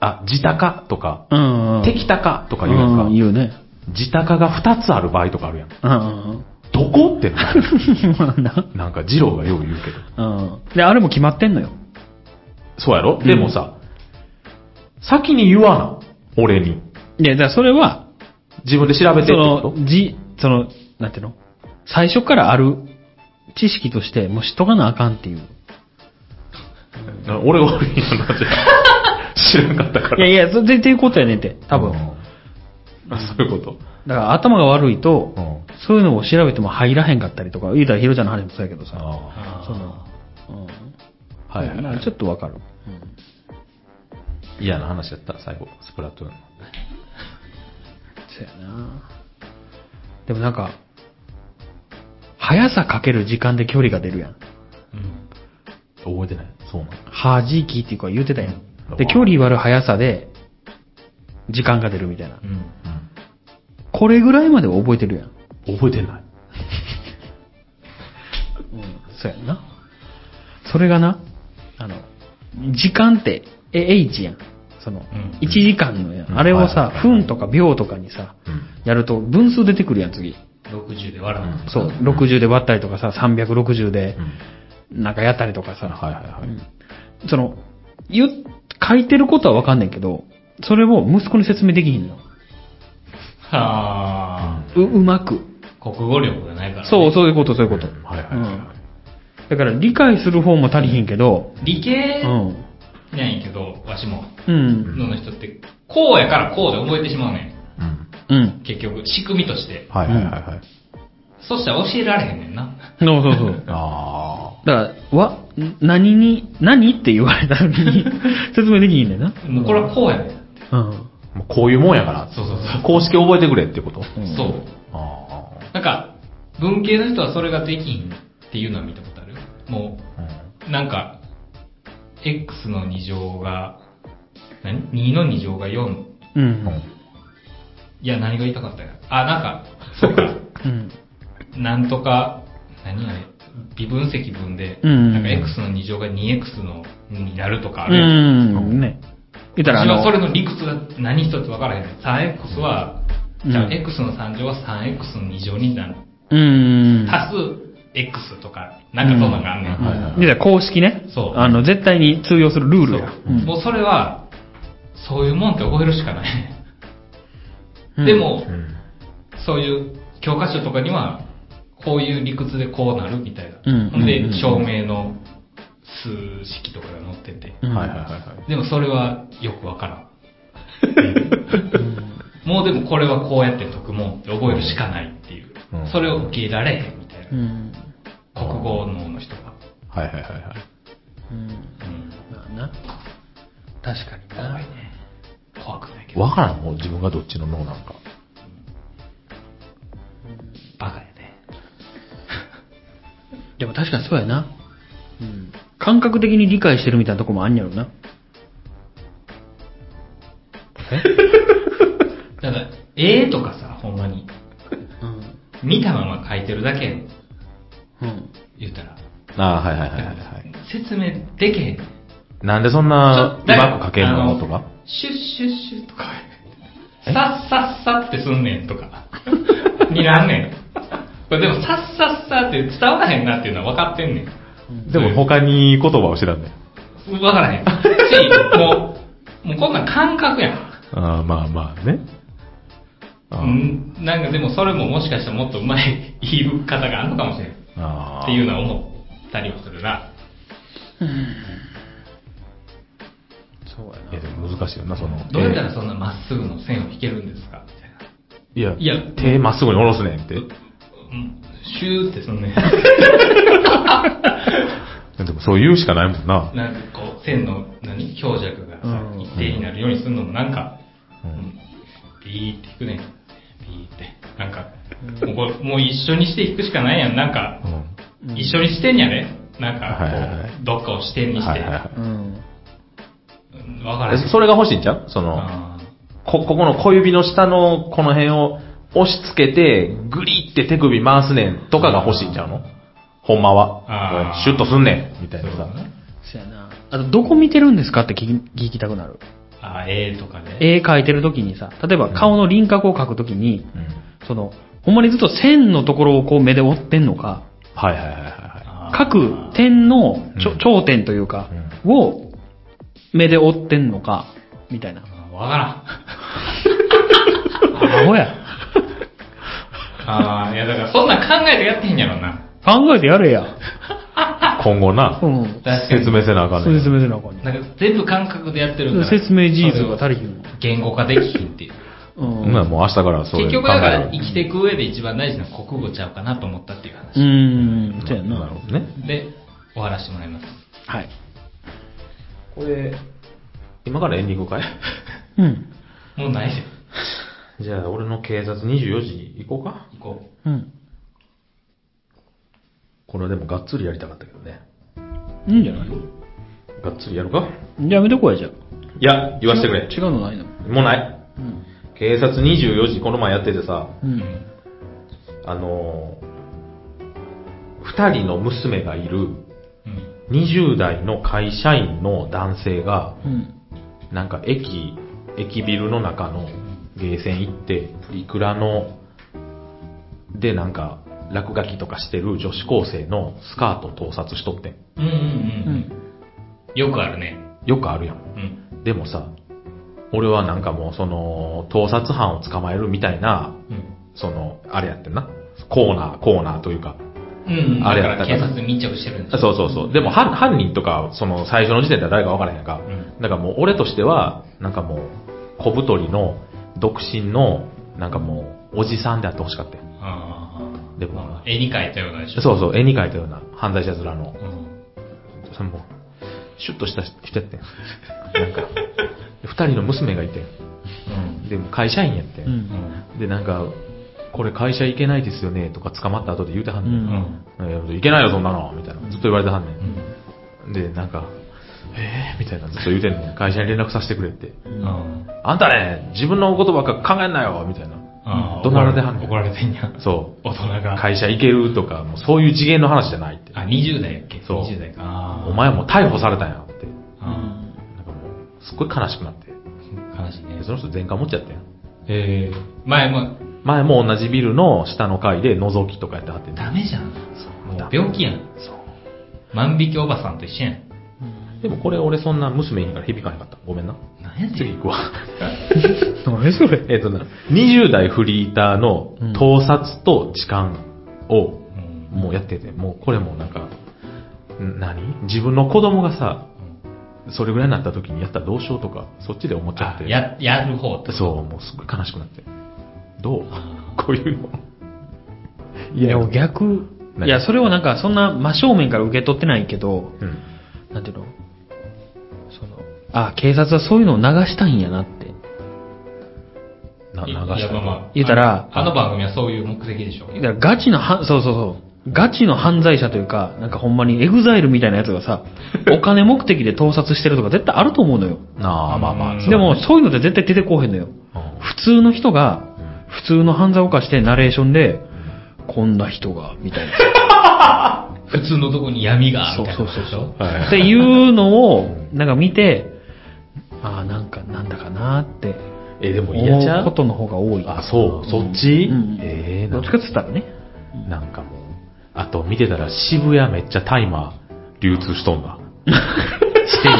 Speaker 3: あ、地高とか、
Speaker 2: うんうん。
Speaker 3: 敵高とか
Speaker 2: う
Speaker 3: 言うやんか。
Speaker 2: ん、言うね。
Speaker 3: 地高が2つある場合とかあるやん。
Speaker 2: うんうん
Speaker 3: どこってな
Speaker 2: う
Speaker 3: る
Speaker 2: ん。 まあな。
Speaker 3: なんか、二郎がよう言うけど。
Speaker 2: うん。で、あれも決まってんのよ。
Speaker 3: そうやろ、でもさ、先に言わな。俺に。
Speaker 2: いや、だからそれは、
Speaker 3: 自分で調べてって
Speaker 2: そ
Speaker 3: こと
Speaker 2: の、じ、その、なんていうの最初からある知識として、もう知っとかなあかんっていう。
Speaker 3: な俺が悪いの な、じゃあ知らんかったか
Speaker 2: いや
Speaker 3: ら。
Speaker 2: いや、それっていうことやねんて、多分。
Speaker 3: うん
Speaker 2: だか
Speaker 3: あそういうこと。
Speaker 2: ら頭が悪いと、
Speaker 3: うん
Speaker 2: そういうのを調べても入らへんかったりとか、言うたらヒロちゃんの話もそうやけどさ。
Speaker 3: あ
Speaker 2: そ
Speaker 1: あ
Speaker 2: の、うん。
Speaker 3: あはいはいはい
Speaker 2: ちょっとわかる。
Speaker 3: 嫌な話やった、最後。スプラトゥーンの。
Speaker 2: そうやなでもなんか、速さかける時間で距離が出るやん。
Speaker 1: ーうん。
Speaker 3: 覚えてない。そうなん
Speaker 2: はじきっていうか言うてたやん。で、距離割る速さで、時間が出るみたいな
Speaker 1: う。ん。
Speaker 2: これぐらいまでは覚えてるやん。
Speaker 3: うん覚えてない。
Speaker 2: そうやんな。それがな、あの、時間って、え、H やん。その
Speaker 1: ん、
Speaker 2: 1時間のや
Speaker 3: うん
Speaker 2: ん。あれをさ
Speaker 3: は、い
Speaker 2: 分とか秒とかにさ、
Speaker 3: うん
Speaker 2: やると分数出てくるやん、次。
Speaker 1: 60で割らない。
Speaker 2: そう、60で割ったりとかさ、360で
Speaker 3: う、ん
Speaker 2: なんかやったりとかさ、
Speaker 3: はいはいはい。
Speaker 2: その、言っ、書いてることはわかんないけど、それを息子に説明できひんのよ。
Speaker 1: は
Speaker 2: う、うまく。
Speaker 1: あ。国語力がないから、ね。
Speaker 2: そう、そういうこと、そういうこと。
Speaker 3: うんはいはいはいはい
Speaker 2: だから理解する方も足りひんけど、
Speaker 1: 理
Speaker 2: う
Speaker 1: 系
Speaker 2: ん。
Speaker 1: なんやけど、わしも。
Speaker 2: うん。
Speaker 1: のの人って、こうやからこうで覚えてしまうね
Speaker 3: うん
Speaker 2: うん。
Speaker 1: ん。結局、仕組みとして。
Speaker 3: はいはいはいはい。
Speaker 1: そしたら教えられへんねんな。
Speaker 2: そうそう そう。
Speaker 3: あ
Speaker 2: だから、わ、ん何に、何って言われたの に、説明できひんねんな。
Speaker 1: もうこれはこうやねん。
Speaker 2: うん。
Speaker 3: あ。もうこういうもんやから。
Speaker 1: そうそうそう
Speaker 3: 公式覚えてくれってこと
Speaker 2: うん
Speaker 1: そう。
Speaker 3: あ
Speaker 1: なんか、文系の人はそれができんっていうのは見たことあるよも
Speaker 3: あ。
Speaker 1: う、なんか、x の2乗が、何 ?2 の2乗が4。
Speaker 2: う
Speaker 3: うんん。。
Speaker 1: いや、何が言いたかったや。あ、なんか、そう か。
Speaker 2: うん。
Speaker 1: なんとか、何あれ、微分積分で、
Speaker 2: うん
Speaker 1: なんか x の2乗が 2x のになるとかあ
Speaker 2: う
Speaker 1: るやん
Speaker 2: ん。ね。言ったら、あ
Speaker 1: 私はそれ
Speaker 2: の、
Speaker 1: の理屈が何一つ分からへん。3x は、
Speaker 2: うん
Speaker 1: じゃあ x の3乗は 3x の2乗になる。
Speaker 2: うん。
Speaker 1: 足す x とか、なんかそんなんがあんね
Speaker 3: うん
Speaker 1: ん。
Speaker 3: はいはいはい
Speaker 2: で、公式ね。
Speaker 1: そう
Speaker 2: あの、絶対に通用するルールや。
Speaker 1: そうもうそれは、そういうもんって覚えるしかない。
Speaker 2: うん
Speaker 1: で、も
Speaker 3: う、ん。
Speaker 1: そういう教科書とかには、こういう理屈でこうなるみたいな。
Speaker 2: うん
Speaker 1: ほんで
Speaker 2: うん、
Speaker 1: 証明の数式とかが載ってて。
Speaker 2: うん
Speaker 3: はいはいはいはい。
Speaker 1: でもそれはよくわからん。 もうでもこれはこうやって解くもんって覚えるしかないっていう
Speaker 3: うん。
Speaker 1: それを受け入れられへんみたいうな。
Speaker 2: ん。
Speaker 1: 国語能の人は。
Speaker 3: はいはいはいはい。
Speaker 2: うん。
Speaker 1: うん
Speaker 2: まあな。確かに
Speaker 1: 怖
Speaker 2: な。
Speaker 1: いね。怖くないけど。
Speaker 3: わからんもう自分がどっちの脳なんか。
Speaker 1: バカやね。
Speaker 2: でも確かにそうやな。うん。感覚的に理解してるみたいなとこもあんやろな。
Speaker 1: だから、絵とかさ、ほんまに。
Speaker 2: うん。
Speaker 1: 見たまま描いてるだけやん
Speaker 2: うん。
Speaker 1: 言うたら。
Speaker 3: ああ、はいはいは
Speaker 1: だ
Speaker 3: い
Speaker 1: か
Speaker 3: はいは
Speaker 1: ら
Speaker 3: い。
Speaker 1: 説明できへん。ち
Speaker 3: なんでそん
Speaker 1: ょ
Speaker 3: な、う
Speaker 1: だら
Speaker 3: まく書けん
Speaker 1: あ
Speaker 3: のとか。
Speaker 1: シュッシュッシュとか。さっさっさってすんねんとか。 になんねん。これでもさっさっさって伝わらへんなっていうのは分かってんねん。
Speaker 3: でも他に言葉を知らんねん。
Speaker 1: 分からへん。し、もう、もうこんなん感覚やん。
Speaker 3: ああ、まあまあね。
Speaker 1: う
Speaker 3: ああ
Speaker 1: ん、なんかでもそれももしかしたらもっと上手い言い方があるのかもしれん。っ
Speaker 3: ああ。
Speaker 1: ていうのは思ったりはするな。
Speaker 2: そうや
Speaker 3: いや、でも難しいよな、その。
Speaker 1: どうやったらそんなまっすぐの線を引けるんですかみたいな。
Speaker 3: いや、
Speaker 1: いや
Speaker 3: 手まっすぐに下ろすねんって。
Speaker 1: うん、シューってそ んね
Speaker 3: でもそう言うしかないもんな。
Speaker 1: なんかこう、線の何強弱がさ、
Speaker 2: うん
Speaker 1: 一定になるようにするのもなんか、
Speaker 3: う
Speaker 1: うんん、ビーって引くね。ビーって。なんか、もうこれもう一緒にして引くしかないやん。なんか、
Speaker 3: う
Speaker 1: 一緒にしてんやで。なんかこう、
Speaker 3: はいはいはい
Speaker 1: どっかを視点
Speaker 3: ん。
Speaker 1: にして。
Speaker 3: は
Speaker 1: わ、
Speaker 3: いはいは
Speaker 2: うん。
Speaker 1: から
Speaker 3: い
Speaker 1: へん。
Speaker 3: え。それが欲しいんちゃうその、
Speaker 1: あ
Speaker 3: こ、ここの小指の下のこの辺を押し付けて、グリって手首回すねんとかが欲しいんちゃうのほんまは
Speaker 1: あ。ー
Speaker 3: シュッとすんねんみた
Speaker 1: ー
Speaker 3: いな
Speaker 1: そうだ
Speaker 3: さ。
Speaker 1: な
Speaker 2: そうやな。あと、どこ見てるんですかって聞き聞きたくなる。
Speaker 1: あー、絵とかで。
Speaker 2: 絵描いてる時にさ、例えば顔の輪郭を描く時に、
Speaker 3: うん
Speaker 2: その、ほんまにずっと線のところをこう目で追ってんのか、
Speaker 3: はいはいはいはいは
Speaker 1: あー
Speaker 2: 各点のちょ
Speaker 3: うん
Speaker 2: 頂点というか、を目で追ってんのか、み たいな。
Speaker 1: あーわから
Speaker 2: アホや。
Speaker 1: ん。あーいやだからそんなん考えてやってへんやろな。
Speaker 2: 考えてやれや。
Speaker 3: い。今後な
Speaker 2: う、ん。
Speaker 1: 確かに
Speaker 3: 説明せなあかんね
Speaker 2: 説
Speaker 3: ん。
Speaker 2: 明せなあかんねん
Speaker 1: なんか全部感覚でやってるから。
Speaker 2: 説明事実が足りひんわ。
Speaker 1: 言語化できひんっていう。
Speaker 2: う
Speaker 3: うん、もう明日から そう
Speaker 1: 結
Speaker 3: いう
Speaker 1: 局
Speaker 3: 考え
Speaker 1: だか
Speaker 3: ろ
Speaker 1: ら生きていく上で一番大事な国語ちゃうかなと思ったっていう話。
Speaker 2: ん。うん。そうや
Speaker 3: なる
Speaker 2: な。
Speaker 3: ほどね。
Speaker 1: で、終わらせてもらいます。
Speaker 2: はい。
Speaker 3: これ、今からエンディングかい
Speaker 2: うん。
Speaker 1: もうないで。
Speaker 3: じゃあ、俺の警察24時行こうか。
Speaker 1: 行こ
Speaker 2: うん。
Speaker 3: これでもがっつりやりたかったけどね。
Speaker 2: いいんじゃない
Speaker 3: がっつりやるか
Speaker 2: じゃあやめとこうや、じゃあ。
Speaker 3: いや、言わせてくれ。
Speaker 2: 違うのないの
Speaker 3: もうない。
Speaker 2: うん。
Speaker 3: 警察24時、この前やっててさ、
Speaker 2: うん。
Speaker 3: あのー、二人の娘がいる
Speaker 1: うん。
Speaker 3: 20代の会社員の男性が、
Speaker 2: うん。
Speaker 3: なんか駅、駅ビルの中のゲーセン行って、いくらの、でなんか、落書きとかしてる女子高生のスカート盗撮しとってん。
Speaker 1: うんうん
Speaker 2: う
Speaker 1: うんん。よくあるね。
Speaker 3: よくあるやん。
Speaker 1: うん。
Speaker 3: でもさ、俺はなんかもうその、盗撮犯を捕まえるみたいな、
Speaker 1: うん。
Speaker 3: その、あれやってんな。コーナー、コーナーというか。
Speaker 1: うん。
Speaker 3: あれ
Speaker 1: だか
Speaker 3: やった
Speaker 1: ら
Speaker 3: か
Speaker 1: 警
Speaker 3: ら
Speaker 1: 察に密着してるんでしょ。
Speaker 3: そうそうそう。でも犯犯人とか、その最初の時点では誰か分からへんやんか。
Speaker 1: ん
Speaker 3: だからもう俺としては、なんかもう、小太りの、独身の、なんかもう、おじさんであってほしかったよ
Speaker 1: ああ。
Speaker 3: でも
Speaker 1: 絵に描いたようなでしょ。
Speaker 3: そうそう、絵に描いたような犯罪者面の、
Speaker 1: うん。
Speaker 3: そのもう、シュッとした人やってん。なんか、二人の娘がいて
Speaker 1: うん。
Speaker 3: ん。でも会社員やって。
Speaker 2: うん。
Speaker 1: うんん。
Speaker 3: で、なんか、これ会社行けないですよね、とか捕まった後で言うてはんね。
Speaker 2: うん
Speaker 1: うん。
Speaker 3: えーいけないよ、そんなのみたいな。ずっと言われてはんね。
Speaker 1: うんん。
Speaker 3: で、なんか、えー、みたいな、ずっと言うてんねん。会社に連絡させてくれって。
Speaker 1: うん。
Speaker 3: あんたね、自分のことばっか考えんなよみたいな。
Speaker 1: ああ
Speaker 3: 怒られてはんねん
Speaker 1: 怒られてんや。
Speaker 3: そう。
Speaker 1: 大人が。
Speaker 3: 会社行けるとか、もうそういう次元の話じゃないって。
Speaker 1: あ、20代やっけ
Speaker 3: そう
Speaker 1: 20代か。ああ
Speaker 3: お前もう逮捕されたんやって。
Speaker 1: あ
Speaker 3: なんかもう、すっごい悲しくなって。
Speaker 1: あ悲しいね
Speaker 3: で。その人全巻持っちゃったんや
Speaker 1: ええ前も、
Speaker 3: 前も同じビルの下の階で覗きとかやってはってん
Speaker 1: ダメじゃん。もう
Speaker 3: ダメ
Speaker 1: 病気やん。
Speaker 3: そう。
Speaker 1: 万引きおばさんと一緒やん。
Speaker 3: でもこれ俺そんな娘いいから響かなかった。ごめんな。
Speaker 1: 何やって
Speaker 3: 次行くわ。
Speaker 2: 何それ
Speaker 3: えっとな、20代フリーターの
Speaker 2: うん
Speaker 3: 盗撮と痴漢を
Speaker 1: うん
Speaker 3: もうやってて、もうこれもなんか、ん何自分の子供がさ、それぐらいになった時にやったらどうしようとか、そっちで思っちゃっ
Speaker 1: あ
Speaker 3: て。
Speaker 1: や、やる方って。
Speaker 3: そう、もうすごい悲しくなって。どう
Speaker 1: あ
Speaker 3: こういうの。
Speaker 2: いや、逆。いや、それをなんか、そんな真正面から受け取ってないけど、
Speaker 3: うん。
Speaker 2: なんていうのその、あ、警察はそういうのを流したいんやなって。
Speaker 1: い
Speaker 3: な、流
Speaker 1: や
Speaker 3: した
Speaker 1: まあまあ
Speaker 2: 言うたら
Speaker 1: あのあの番組はそういう目的でしょ。
Speaker 2: だからガチのは、そうそうそう。ガチの犯罪者というか、なんかほんまにエグザイルみたいなやつがさ、お金目的で盗撮してるとか絶対あると思うのよ。
Speaker 3: なあ、まあまあ。
Speaker 1: うん
Speaker 3: そう
Speaker 2: でも、そういうのって絶対出てこうへんのよ。
Speaker 3: うん
Speaker 2: 普通の人が、普通の犯罪を犯してナレーションで、こんな人が、みたいな。
Speaker 1: 普通のとこに闇があるみたいな
Speaker 2: そう
Speaker 1: こ
Speaker 2: そ
Speaker 1: と
Speaker 2: う
Speaker 1: でし
Speaker 2: そ
Speaker 1: ょ。
Speaker 2: う
Speaker 3: はいはい
Speaker 2: っていうのを、なんか見て、ああ、なんか、なんだかなーって、
Speaker 3: え、でも嫌ちゃ
Speaker 2: 思うこ
Speaker 3: う
Speaker 2: との方が多い。
Speaker 3: あ、そう、そっち
Speaker 2: うん
Speaker 3: ええ、
Speaker 2: どっ
Speaker 3: なん
Speaker 2: ち
Speaker 3: か
Speaker 2: かっつったらね。
Speaker 3: なんかもう。あと見てたら渋谷めっちゃ大麻流通しとんだ。してん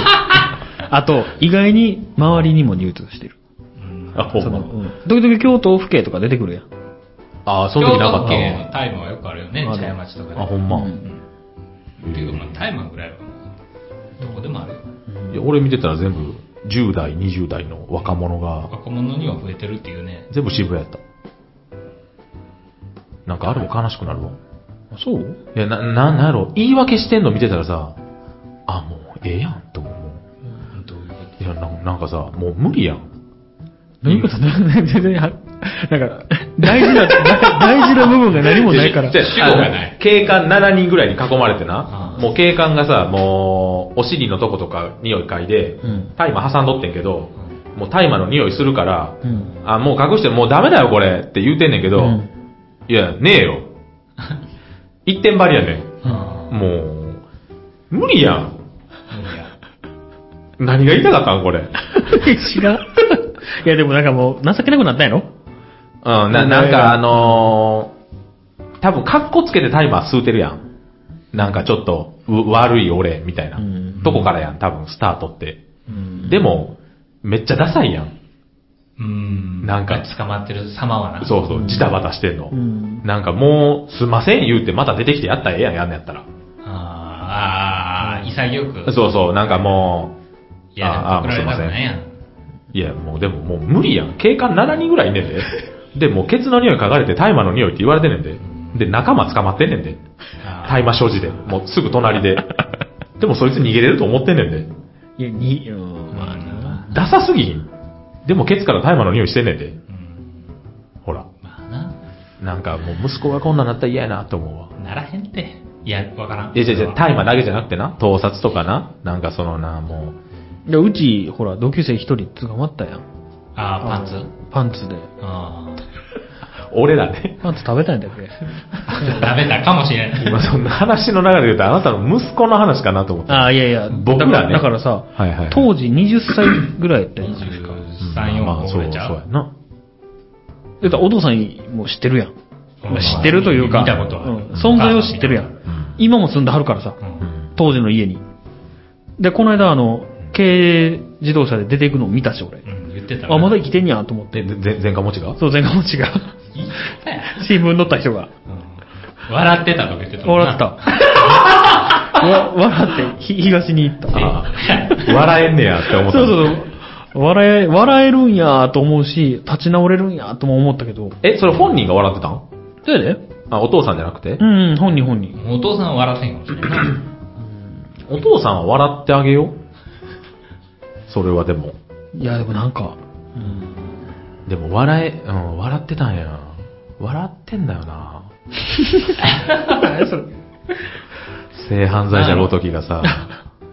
Speaker 2: あと、意外に周りにも流通してる。
Speaker 1: うん
Speaker 3: あ、ほ
Speaker 2: そ
Speaker 3: ん
Speaker 2: の、
Speaker 3: ま。
Speaker 2: うん。時々京都府警とか出てくるやん。
Speaker 3: あ、そ
Speaker 1: 京
Speaker 3: の時なか
Speaker 1: 都
Speaker 3: っ
Speaker 1: 県の
Speaker 3: た
Speaker 1: タイマーはよくあるよね
Speaker 2: あ、る
Speaker 1: 茶屋町とかで。
Speaker 3: わ。あ、ほんま
Speaker 2: う。
Speaker 1: うんんっていうか、まあ、タイマーぐらいはもう、どこでもあるよ。
Speaker 3: いや俺見てたら全部10代、20代の若者が、
Speaker 1: 若者には増えてるっていうね。
Speaker 3: 全部渋谷やった。なんかあれも悲しくなるわ。
Speaker 2: あそう
Speaker 3: いや、な、な、なんやろ、言い訳してんの見てたらさ、あ、もう、ええやん、と思う。も
Speaker 1: どういうこと
Speaker 3: ういやな、なんかさ、もう無理やん。
Speaker 2: どういうこと全然、はなんか、大事な、大事な部分が何もないから。
Speaker 3: じゃ
Speaker 1: 主語がない
Speaker 3: あの警官7人ぐらいに囲まれてな、
Speaker 1: うん
Speaker 3: もう警官がさ、もう、お尻のとことか匂い嗅いで
Speaker 2: うん、
Speaker 3: 大麻挟んどってんけど、もう大麻の匂いするから、
Speaker 2: うん。
Speaker 3: あ、もう隠してもうダメだよ、これって言うてんねんけど、
Speaker 2: うん
Speaker 3: いや、ねえよ。一点張りやねん。もう、無理やん。
Speaker 1: 無理や
Speaker 3: 何が言いたかったん、これ。うん、
Speaker 2: 違う。いや、でもなんかもう、情けなくなったんやろ
Speaker 3: な、なんかあのー、多分カッコつけてタイマー吸うてるやん。なんかちょっと、う悪い俺、みたいな
Speaker 2: うん。
Speaker 3: とこからやん、多分スタートって。
Speaker 2: うん
Speaker 3: でも、めっちゃダサいやん。
Speaker 1: うん。
Speaker 3: なんか
Speaker 1: 捕まってる様はな。
Speaker 3: そうそう、ジタバタしてんの
Speaker 2: う。ん。
Speaker 3: なんかもう、すんません言うて、また出てきてやったらええやん、やんのやったら。
Speaker 1: あーあー、潔く。
Speaker 3: そうそう、なんかも
Speaker 1: いや、
Speaker 3: あーあー
Speaker 1: 送られたくないやん。
Speaker 3: う、いや、もうでももう無理やん。警官7人ぐらいいんねんで。で、もうケツの匂い嗅がれて大麻の匂いって言われてんねんで。で、仲間捕まってんねんで。
Speaker 1: あー
Speaker 3: 大麻所持で。もうすぐ 隣で。でもそいつ逃げれると思ってんねんで。
Speaker 2: いや、に、うん、まあな。
Speaker 3: ダサすぎひん。でもケツから大麻の匂いしてんねんで。
Speaker 1: うん
Speaker 3: ほら。
Speaker 1: まあな、
Speaker 3: なんかもう息子がこんなんなったら嫌やなと思うわ。
Speaker 1: ならへんって。いや、わからん。
Speaker 3: いや、じゃじゃ大麻だけじゃなくてな、盗撮とかな、なんかそのな、も
Speaker 2: いや、うち、ほら、同級生一人捕まったやん。
Speaker 1: あー、パンツ
Speaker 2: パンツで。
Speaker 1: あ
Speaker 3: う、俺らね。
Speaker 2: パンツ食べたいんだっけ
Speaker 1: あ。食べたかもしれん。
Speaker 3: 今そんな話の流れで言うと、あなたの息子の話かなと思って。
Speaker 2: ああ、いやいや、
Speaker 3: 僕らね
Speaker 2: だからだからさ、
Speaker 3: はいはいはい
Speaker 2: 当時20歳ぐらいやったやん。
Speaker 1: 23、
Speaker 3: ま
Speaker 1: 4
Speaker 3: あ
Speaker 1: 個
Speaker 3: そう、
Speaker 1: ぐら
Speaker 3: そ
Speaker 1: いうちゃ
Speaker 3: や
Speaker 1: う
Speaker 3: な。
Speaker 2: だからお父さんも知ってるやん。
Speaker 1: うん
Speaker 2: まあ知ってるというか、
Speaker 1: 見たことはある
Speaker 2: うん存在を知ってるやん
Speaker 3: ん。
Speaker 2: 今も住んではるからさ、
Speaker 1: うん
Speaker 3: うん
Speaker 2: 当時の家に。で、この間、あの、軽自動車で出ていくのを見たし、俺。
Speaker 1: うん、言ってたな。
Speaker 2: あ、まだ
Speaker 1: い
Speaker 2: 生きてんやと思って。
Speaker 3: で、で前科持ちが
Speaker 2: そう、前科持ちが、
Speaker 1: 言ったやん
Speaker 2: 新聞載った人が、
Speaker 1: うん笑ってたとか言ってたもんな。
Speaker 2: 笑っ た。わ笑って、ひ東に行った。
Speaker 3: ああ 笑えんねやって思った。
Speaker 2: そうそうそう。笑え、笑えるんやと思うし、立ち直れるんやとも思ったけど。
Speaker 3: え、それ本人が笑ってたん
Speaker 2: そやで
Speaker 3: あ、お父さんじゃなくて
Speaker 2: うん、本人本人。
Speaker 1: お父さんは笑ってんかもしれんな。
Speaker 3: お父さんは笑ってあげよう。それはでも。
Speaker 2: いや、でもなんか、
Speaker 3: でも笑え、うん、笑ってたんや。笑ってんだよな。性犯罪者ごときがさ、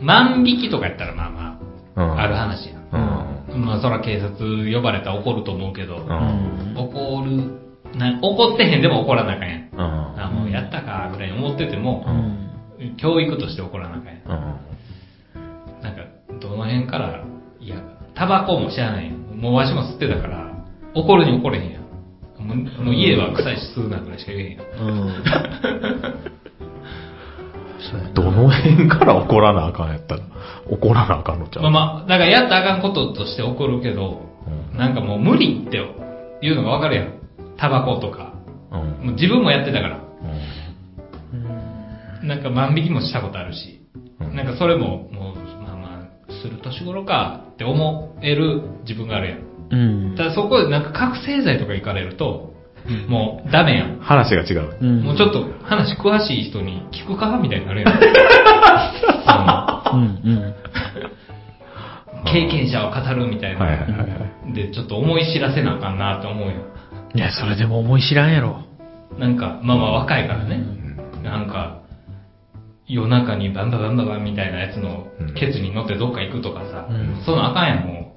Speaker 1: 万引きとかやったらまあま
Speaker 3: う
Speaker 1: あ、
Speaker 3: ん。
Speaker 1: ある話やん。
Speaker 3: うん。
Speaker 1: まあそら警察呼ばれたら怒ると思うけど、
Speaker 3: うん。
Speaker 1: 怒る、な怒ってへんでも怒らなあかんやん。
Speaker 3: うん。
Speaker 1: あ、もうやったか、ぐらい思ってても
Speaker 2: う、ん。
Speaker 1: 教育として怒らなあかんや
Speaker 3: うん。
Speaker 1: ん。なんか、どの辺から、いや、タバコも知らないやん。もうわしも吸ってたから、怒るに怒れへんやん。もうもう家は臭いし吸うなぐらいしか言えへんやん。
Speaker 2: うん。そうやな
Speaker 3: どの辺から怒らなあかんやったら、怒らなあかんのちゃう
Speaker 1: まあまあ、だからやったらあかんこととして怒るけど、なんかもう無理って言うのがわかるやん。タバコとか。
Speaker 3: うん。うん。
Speaker 1: もう自分もやってたから。
Speaker 3: うん
Speaker 1: なんか万引きもしたことあるし、
Speaker 3: うん
Speaker 1: なんかそれも、もう、まあまあ、する年頃かって思える自分があるやん。
Speaker 2: うん。
Speaker 1: ただそこでなんか覚醒剤とか行かれると、もうダメやん。
Speaker 3: 話が違う。
Speaker 2: うん
Speaker 1: もうちょっと話詳しい人に聞くかみたいになるやん。あ
Speaker 2: うん、うん。
Speaker 1: の経験者を語るみたいな。
Speaker 3: はいはいはいはい。
Speaker 1: で、ちょっと思い知らせなあかんなと思うよ。
Speaker 2: いや、それでも思い知らんやろ。
Speaker 1: なんか、まあまあ若いからね。なんか、夜中にバンババンババンみたいなやつの
Speaker 3: うん
Speaker 1: ケツに乗ってどっか行くとかさ、
Speaker 2: うん
Speaker 1: そんなんあかんやん、も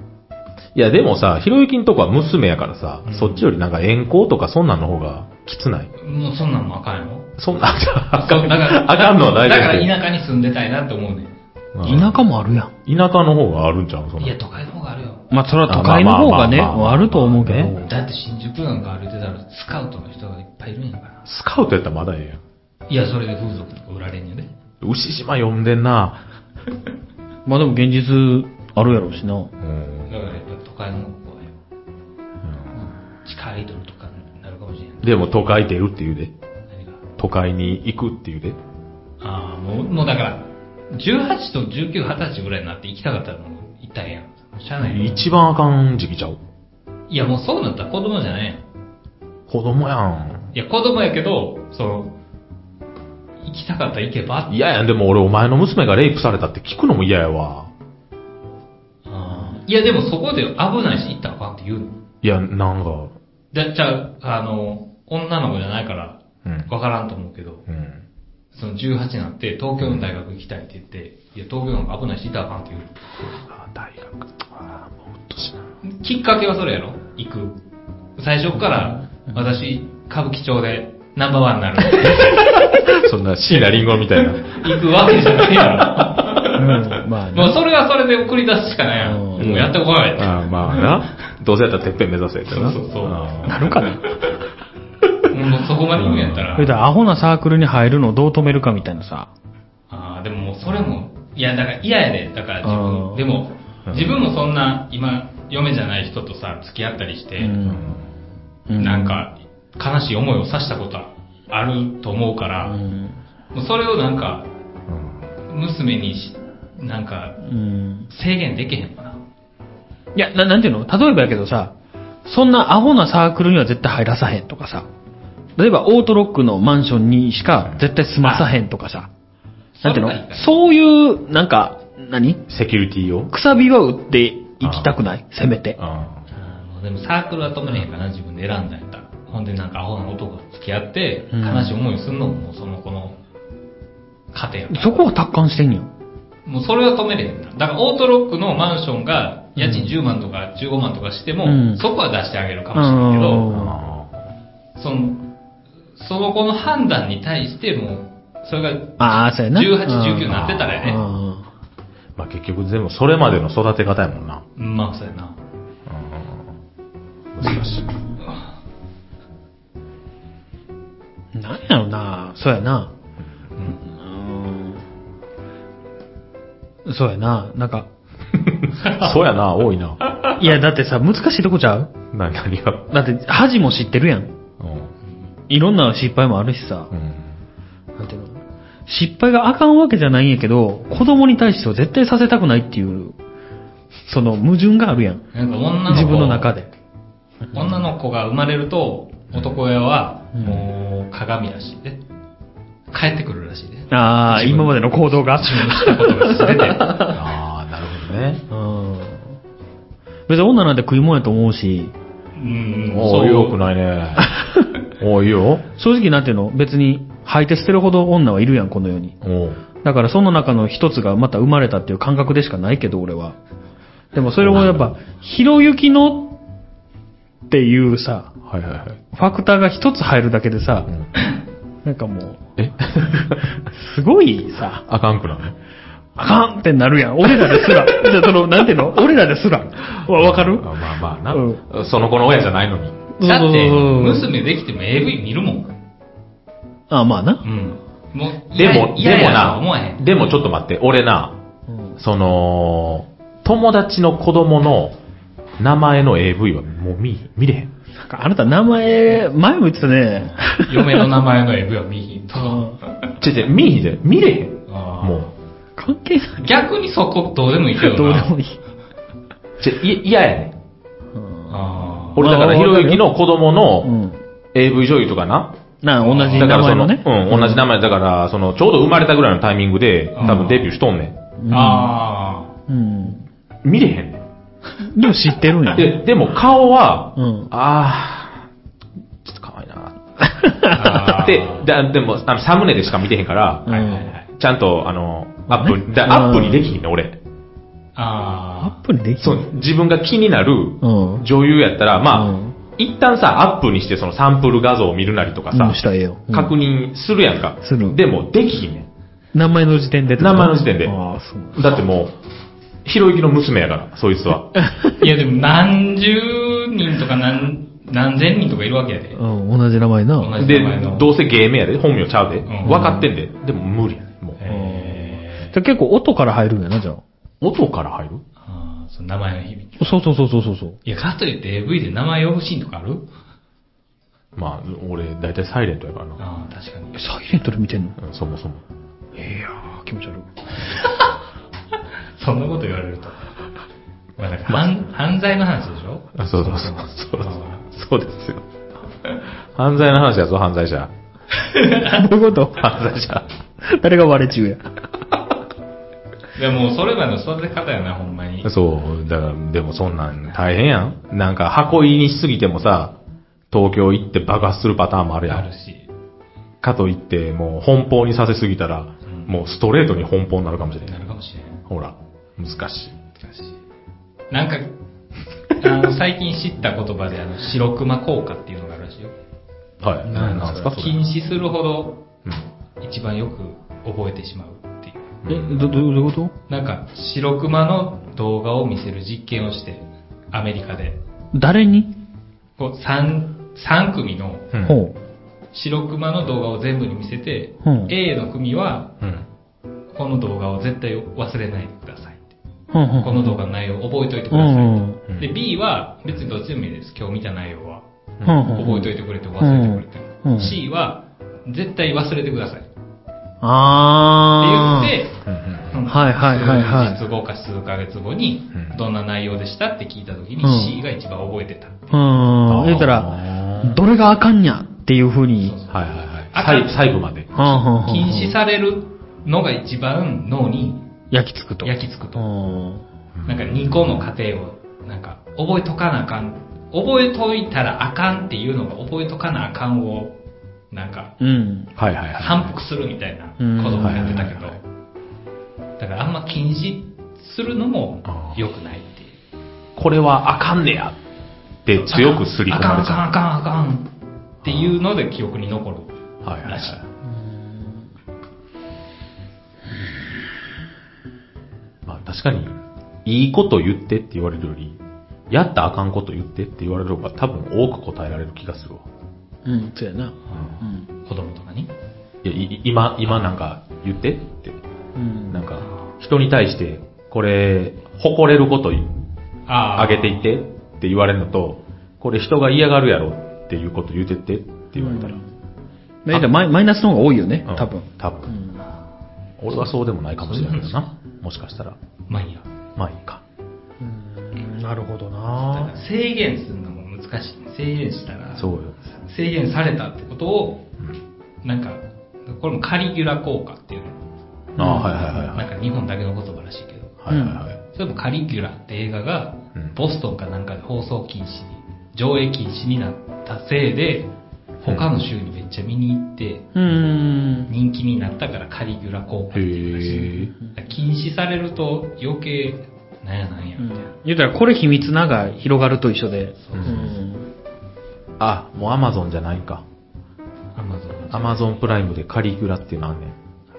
Speaker 3: いや、でもさ、ひろゆきんとこは娘やからさ、
Speaker 1: うん。
Speaker 3: そっちよりなんか遠行とかそんなんの方がきつないう
Speaker 1: もうそんなんもあかんやろ。
Speaker 3: そんな、あじゃ あ、あか、
Speaker 1: そうんだから
Speaker 3: あかんのは大
Speaker 1: だ
Speaker 3: 丈夫。
Speaker 1: から田舎に住んでたいなって思うねん。
Speaker 3: うん
Speaker 2: 田舎もあるやん。
Speaker 3: 田舎の方があるんちゃうそんない
Speaker 1: や、都会の方があるよ。
Speaker 2: まあ、それは都会の方がね、
Speaker 3: まあまあまあまあ
Speaker 2: あると思うけど。
Speaker 3: ね
Speaker 1: だって新宿なんか歩いてたらスカウトの人がいっぱいいるんやから。
Speaker 3: スカウトやったらまだえ
Speaker 1: いや、それで風俗とか売られんよね。
Speaker 3: えやん。牛島呼んでんな。
Speaker 2: まあでも現実あるやろうしな。
Speaker 3: うん
Speaker 1: だからやっぱ都会の方が怖いよ。地下アイドルとかになるかもしれない。
Speaker 3: でも都会出るって言うで。
Speaker 1: 何が
Speaker 3: 都会に行くって言うで。
Speaker 1: ああ、もう、もうだから、18と19、20歳ぐらいになって行きたかったらもう行ったんやん。しゃあないよ。
Speaker 3: 一番あかん時期ちゃう。
Speaker 1: いや、もうそうなったら子供じゃないやん。
Speaker 3: 子供やん。
Speaker 1: いや、子供やけど、その、行きたかったら行けばって。
Speaker 3: 嫌ややん、でも俺お前の娘がレイプされたって聞くのも嫌やわ。
Speaker 1: ああいや、でもそこで危ないし行ったらあかんって言うの。
Speaker 3: いや、なんか、
Speaker 1: だじゃあ、あの、女の子じゃないから、
Speaker 3: うん。
Speaker 1: わからんと思うけど、
Speaker 3: うん。
Speaker 1: その18になって東京の大学行きたいって言って、いや、東京なんか危ないし行ったらあかんって言うの。
Speaker 3: あ大学ああもううっとしな
Speaker 1: きっかけはそれやろ行く。最初っから、私、歌舞伎町でナンバーワンになる。
Speaker 3: そんな椎名林檎みたいな
Speaker 1: 行くわけじゃないや
Speaker 2: うん、まあ
Speaker 1: ろ。
Speaker 2: ね。
Speaker 1: もうそれはそれで送り出すしかないやろ。
Speaker 2: うん
Speaker 1: もうやってこないって。
Speaker 3: ああまあなどうせやったらてっぺん目指せってな
Speaker 1: そうそうそう
Speaker 2: な
Speaker 3: あ
Speaker 2: るかな。
Speaker 1: もうそこまで言うんやったら
Speaker 2: それ。でアホなサークルに入るのをどう止めるかみたいなさ。
Speaker 1: ああ、でももうそれも、いや、だから嫌やで。だから自
Speaker 2: う
Speaker 1: 分、
Speaker 2: ん
Speaker 1: でも
Speaker 3: うん、
Speaker 1: 自分もそんな、今、嫁じゃない人とさ、付き合ったりして、
Speaker 2: うん。
Speaker 1: なんか、悲しい思いをさしたことあると思うか
Speaker 2: う
Speaker 1: ら、
Speaker 2: ん。
Speaker 1: もうそれをなんか、
Speaker 3: うん
Speaker 1: 娘にし、なんか、
Speaker 2: うん。
Speaker 1: 制限できへんかな。
Speaker 2: いや、ななんていうの例えばやけどさ、そんなアホなサークルには絶対入らさへんとかさ。例えば、オートロックのマンションにしか絶対住まさへんとかさ。なんていうの
Speaker 1: それがいいかな
Speaker 2: そういう、なんか、何
Speaker 3: セキュリティを
Speaker 2: くさびは打っていきたくないせめて。
Speaker 3: あ
Speaker 1: あのでもサークルは止めれへんかな、自分で選んだんやったら。ほんでなんかアホな男と付き合って、
Speaker 2: うん
Speaker 1: 悲しい思いするのももうその子の家庭やから
Speaker 2: そこを達観してんねや。
Speaker 1: もうそれは止めれへんな。だからオートロックのマンションが家賃10万とか15万とかしても、
Speaker 2: うん
Speaker 1: そこは出してあげるかもしれないけ
Speaker 2: うん
Speaker 1: ど、
Speaker 3: あ
Speaker 1: その、その子の判断に対しても、それが、
Speaker 2: ああ、そうやな。
Speaker 1: 18 19
Speaker 2: うん
Speaker 1: なってたらやね
Speaker 2: うん
Speaker 3: ーまあ結局全部それまでの育て方やも んな。
Speaker 1: まあそうやな。
Speaker 3: うん難しい。
Speaker 2: なんやろなそうやな。
Speaker 1: うん。
Speaker 2: うん。そうやななんか、
Speaker 3: そうやな、多いな。
Speaker 2: いや、だってさ、難しいとこちゃう
Speaker 3: な、何が。
Speaker 2: だって、恥も知ってるやん。
Speaker 3: うん。
Speaker 2: いろんな失敗もあるしさ
Speaker 3: う。ん。
Speaker 2: なんていうの失敗があかんわけじゃないんやけど、子供に対しては絶対させたくないっていう、その矛盾があるやん。
Speaker 1: なんか女の子
Speaker 2: 自分の中で。
Speaker 1: 女の子が生まれると、男親は
Speaker 2: うん
Speaker 1: もう鏡らしいで。帰ってくるらしいで。
Speaker 2: ああ、
Speaker 1: 自分
Speaker 2: 今までの行動が。
Speaker 1: したことが全て。
Speaker 3: ああ、なるほどね。
Speaker 2: うん。別に女なんて食い物やと思うし、
Speaker 1: うん、
Speaker 3: おお、よくない ね。おお、いいよ。
Speaker 2: 正直なんていうの別に吐いて捨てるほど女はいるやん、この世に。
Speaker 3: おう
Speaker 2: だからその中の一つがまた生まれたっていう感覚でしかないけど、俺は。でもそれをやっぱ、ひろゆきのっていうさ、
Speaker 3: はいはいはい。
Speaker 2: ファクターが一つ入るだけでさ
Speaker 3: う、ん
Speaker 2: なんかもう、
Speaker 3: え
Speaker 2: すごいさ、
Speaker 3: あかんくなる
Speaker 2: あかんってなるやん。俺らで すら。じゃあその、なんていうの俺らですら。わ、わかる
Speaker 3: あまあまあな、
Speaker 2: う
Speaker 3: その子の親じゃないのに。
Speaker 1: だって、
Speaker 2: そうそうそう
Speaker 1: 娘できても AV 見るもん。
Speaker 2: あ、まあ
Speaker 1: う
Speaker 2: な。
Speaker 1: ん。もう、
Speaker 3: でも、
Speaker 1: 嫌や嫌
Speaker 3: でも
Speaker 1: やとは思わへ
Speaker 3: な、
Speaker 1: ん。
Speaker 3: でもちょっと待って、俺な、その、友達の子供の名前の AV はもう見、見れへん。
Speaker 2: なんかあなた名前、前も言ってたね。
Speaker 1: 嫁の名前の AV は見ひんと。
Speaker 3: ちぇちぇ、見ひんで、見れへん。
Speaker 1: あー
Speaker 3: も
Speaker 2: 関係ない。
Speaker 1: 逆にそこどうでもいいけどな。
Speaker 2: どうでもいい。
Speaker 3: う。ちぇ、い嫌やねん。
Speaker 2: うん
Speaker 1: あー
Speaker 3: 俺だから、ひろゆきの子供
Speaker 2: う
Speaker 3: の
Speaker 2: ん。
Speaker 3: AV 女優とかな。
Speaker 2: なあ、同じ名
Speaker 3: だからそ
Speaker 2: 前のね。
Speaker 3: うん、同じ名前だから、その、ちょうど生まれたぐらいのタイミングで、多分デビューしとんね
Speaker 2: うん
Speaker 1: あ
Speaker 2: うん。
Speaker 3: ん。見れへんね
Speaker 2: でも知ってるんや
Speaker 3: ん。。で、でも顔は、
Speaker 2: うん。
Speaker 3: あー、ちょっと可愛いな
Speaker 1: あー。
Speaker 3: で、だでも、あの、サムネでしか見てへんから、
Speaker 2: うん
Speaker 1: はいはいはい。
Speaker 3: ちゃんと、あの、アップ、
Speaker 2: ね
Speaker 3: だアップにできひんね、俺。
Speaker 1: あ
Speaker 2: アップにでき。
Speaker 3: そうう、自分が気になる
Speaker 2: うん。
Speaker 3: 女優やったら、
Speaker 2: う
Speaker 3: ま
Speaker 2: ん
Speaker 3: あ、一旦さ、アップにして、そのサンプル画像を見るなりとか
Speaker 2: う
Speaker 3: さ
Speaker 2: ん、したらええよ。うん
Speaker 3: 確認するやんか。
Speaker 2: する
Speaker 3: でも、できひんね
Speaker 2: 名前の時点でってこと。
Speaker 3: 名前の時点で
Speaker 2: ああ、そう。
Speaker 3: ん。だってもう、ひろゆきの娘やから、そいつは。
Speaker 1: あ。いやでも何十人とか何、何千人とかいるわけやで。
Speaker 2: うん、同じ名前な。
Speaker 1: 同じ
Speaker 3: で
Speaker 1: 名前の、
Speaker 3: どうせ芸名やで、本名ちゃうで。
Speaker 1: ん
Speaker 3: 分かってんで。でも無理やねんもう。
Speaker 1: え
Speaker 2: じゃあ結構音から入るんやな、じゃあ。
Speaker 3: 音から入る
Speaker 1: ー、あーその名前の響き。
Speaker 2: そうそうそうそうそうそう。
Speaker 1: いや、かといって AV で名前呼ぶシーンとかある
Speaker 3: まあ、俺、だいたいサイレントやからな。
Speaker 1: ああ、確かに。
Speaker 2: サイレントで見てんの
Speaker 3: うんそもそも。
Speaker 2: いやー、気持ち悪い。
Speaker 1: そんなこと言われると。まあ、なんか犯犯罪の話でしょ
Speaker 3: あそうそうそう そう
Speaker 1: あ
Speaker 3: そうですよ。犯罪の話やぞ、犯罪者。
Speaker 2: どういうこと
Speaker 3: 犯罪者。
Speaker 2: 誰が割れちゅうや。
Speaker 1: ーでも、それまでの育て方やな、ほんまに。
Speaker 3: そう、だから、でもそんなん大変やん。なんか箱入りにしすぎてもさ、東京行って爆発するパターンもあるや
Speaker 1: ある
Speaker 3: ん。
Speaker 1: し。
Speaker 3: かといって、もう奔放にさせすぎたら、
Speaker 1: ん
Speaker 3: もうストレートに奔放になるかもしれな。
Speaker 1: ないるかもしれん。
Speaker 3: ほら、難しい。
Speaker 1: 難しい。なんか、あの、最近知った言葉で、あの、白熊効果っていうのがあるらしいよ。
Speaker 3: はい。なんすか、それ。
Speaker 1: 禁止するほど、
Speaker 3: うん
Speaker 1: 一番よく覚えてしまうっていう。
Speaker 2: え、ど、どどういうこと
Speaker 1: なんか、白熊の動画を見せる実験をして、アメリカで。
Speaker 2: 誰に
Speaker 1: こう、三、三組の
Speaker 3: うん。
Speaker 2: ほ
Speaker 1: 白熊の動画を全部に見せて、
Speaker 2: うん
Speaker 1: A の組は、
Speaker 3: うん。
Speaker 1: この動画を絶対忘れないでくださいって。
Speaker 2: う。ほうほう
Speaker 1: この動画の内容を覚えておいてくださいって。
Speaker 3: うんうん
Speaker 1: で、B は、別にどっちでもいいです。今日見た内容は。
Speaker 2: ほうほう
Speaker 1: 覚えておいてくれても忘れてくれて
Speaker 2: うんう
Speaker 1: も。
Speaker 2: ん
Speaker 1: C は、絶対忘れてください。って
Speaker 2: あー。
Speaker 1: 言って、
Speaker 3: うんうん
Speaker 1: うん
Speaker 2: はいはいはいはい
Speaker 1: 数日後か数ヶ月後に
Speaker 3: うん、
Speaker 1: どんな内容でしたって聞いた時に
Speaker 2: うん
Speaker 1: C が一番覚えてた。
Speaker 2: うーん。言うた
Speaker 3: あ
Speaker 2: ら、
Speaker 3: ー
Speaker 2: どれがあかんにゃっていうふうに。
Speaker 1: そうそう
Speaker 3: はいはい
Speaker 1: あ
Speaker 3: はい。細細部まで。
Speaker 2: はんはんはんはん
Speaker 1: 禁止されるのが一番脳に
Speaker 2: 焼きつくと。
Speaker 1: 焼き付く
Speaker 2: う
Speaker 1: と。
Speaker 2: ん
Speaker 1: なんか2個の過程を、なんか、覚えとかなあかん。覚えといたらあかんっていうのが覚えとかなあかんをなんか、
Speaker 2: うん。
Speaker 3: はいはいはい。
Speaker 1: 反復するみたいな
Speaker 2: うん
Speaker 1: こともやってたけど
Speaker 3: はいはいはい、
Speaker 1: だからあんま禁止するのも
Speaker 3: あー
Speaker 1: 良くないっていう。
Speaker 3: これはあかんねやって強くすり込まれちゃ
Speaker 1: あかんあかんあかんあかんっていうので記憶に残る
Speaker 3: う。はいはいは
Speaker 1: ら
Speaker 3: い
Speaker 1: しい。
Speaker 3: まあ確かに、いいこと言ってって言われるより、やったらあかんこと言ってって言われる方が多分多く答えられる気がするわ。
Speaker 2: うん、そうやな。
Speaker 3: う
Speaker 2: う
Speaker 3: ん
Speaker 2: ん。
Speaker 1: 子供とかに。
Speaker 3: いやいい今、今なんか言ってって。
Speaker 2: うん。
Speaker 3: なんか、人に対して、これ、誇れること
Speaker 1: あ
Speaker 3: あ
Speaker 1: ー
Speaker 3: げていってって言われるのと、これ人が嫌がるやろっていうこと言うてってって言われたら。
Speaker 2: まあ言うたらマイマイナスの方が多いよね
Speaker 3: うん、
Speaker 2: 多分。
Speaker 3: 多
Speaker 2: う
Speaker 3: 分。
Speaker 2: ん。
Speaker 3: 俺はそうでもないかもしれないけどな。もしかしたら。
Speaker 1: まあいいや。
Speaker 3: まあいいか。
Speaker 2: うんなるほど
Speaker 1: だ
Speaker 2: な
Speaker 1: から制限するのも難しい。制限したら、
Speaker 3: そうよ。
Speaker 1: 制限されたってことを、
Speaker 3: うん
Speaker 1: なんか、これもカリギュラ効果っていうの。
Speaker 3: ああ、はいはいはいは
Speaker 1: ないん。か日本だけの言葉らしいけど。
Speaker 3: はいはいはい。
Speaker 1: それもカリギュラって映画が
Speaker 3: うん、
Speaker 1: ボストンかなんかで放送禁止に、上映禁止になったせいで、他の州にめっちゃ見に行って、
Speaker 2: うん。
Speaker 1: 人気になったからカリギュラ効果っていうらし
Speaker 3: へ
Speaker 1: い
Speaker 3: え。
Speaker 1: だから禁止されると余計、なんやなんや、みたいな。
Speaker 2: 言うたら、これ秘密なが広がると一緒で。
Speaker 3: う
Speaker 2: うんん。
Speaker 3: あ、もうアマゾンじゃないんか。
Speaker 1: アマゾン
Speaker 3: アマゾンプライムでカリギュラっていうのあんね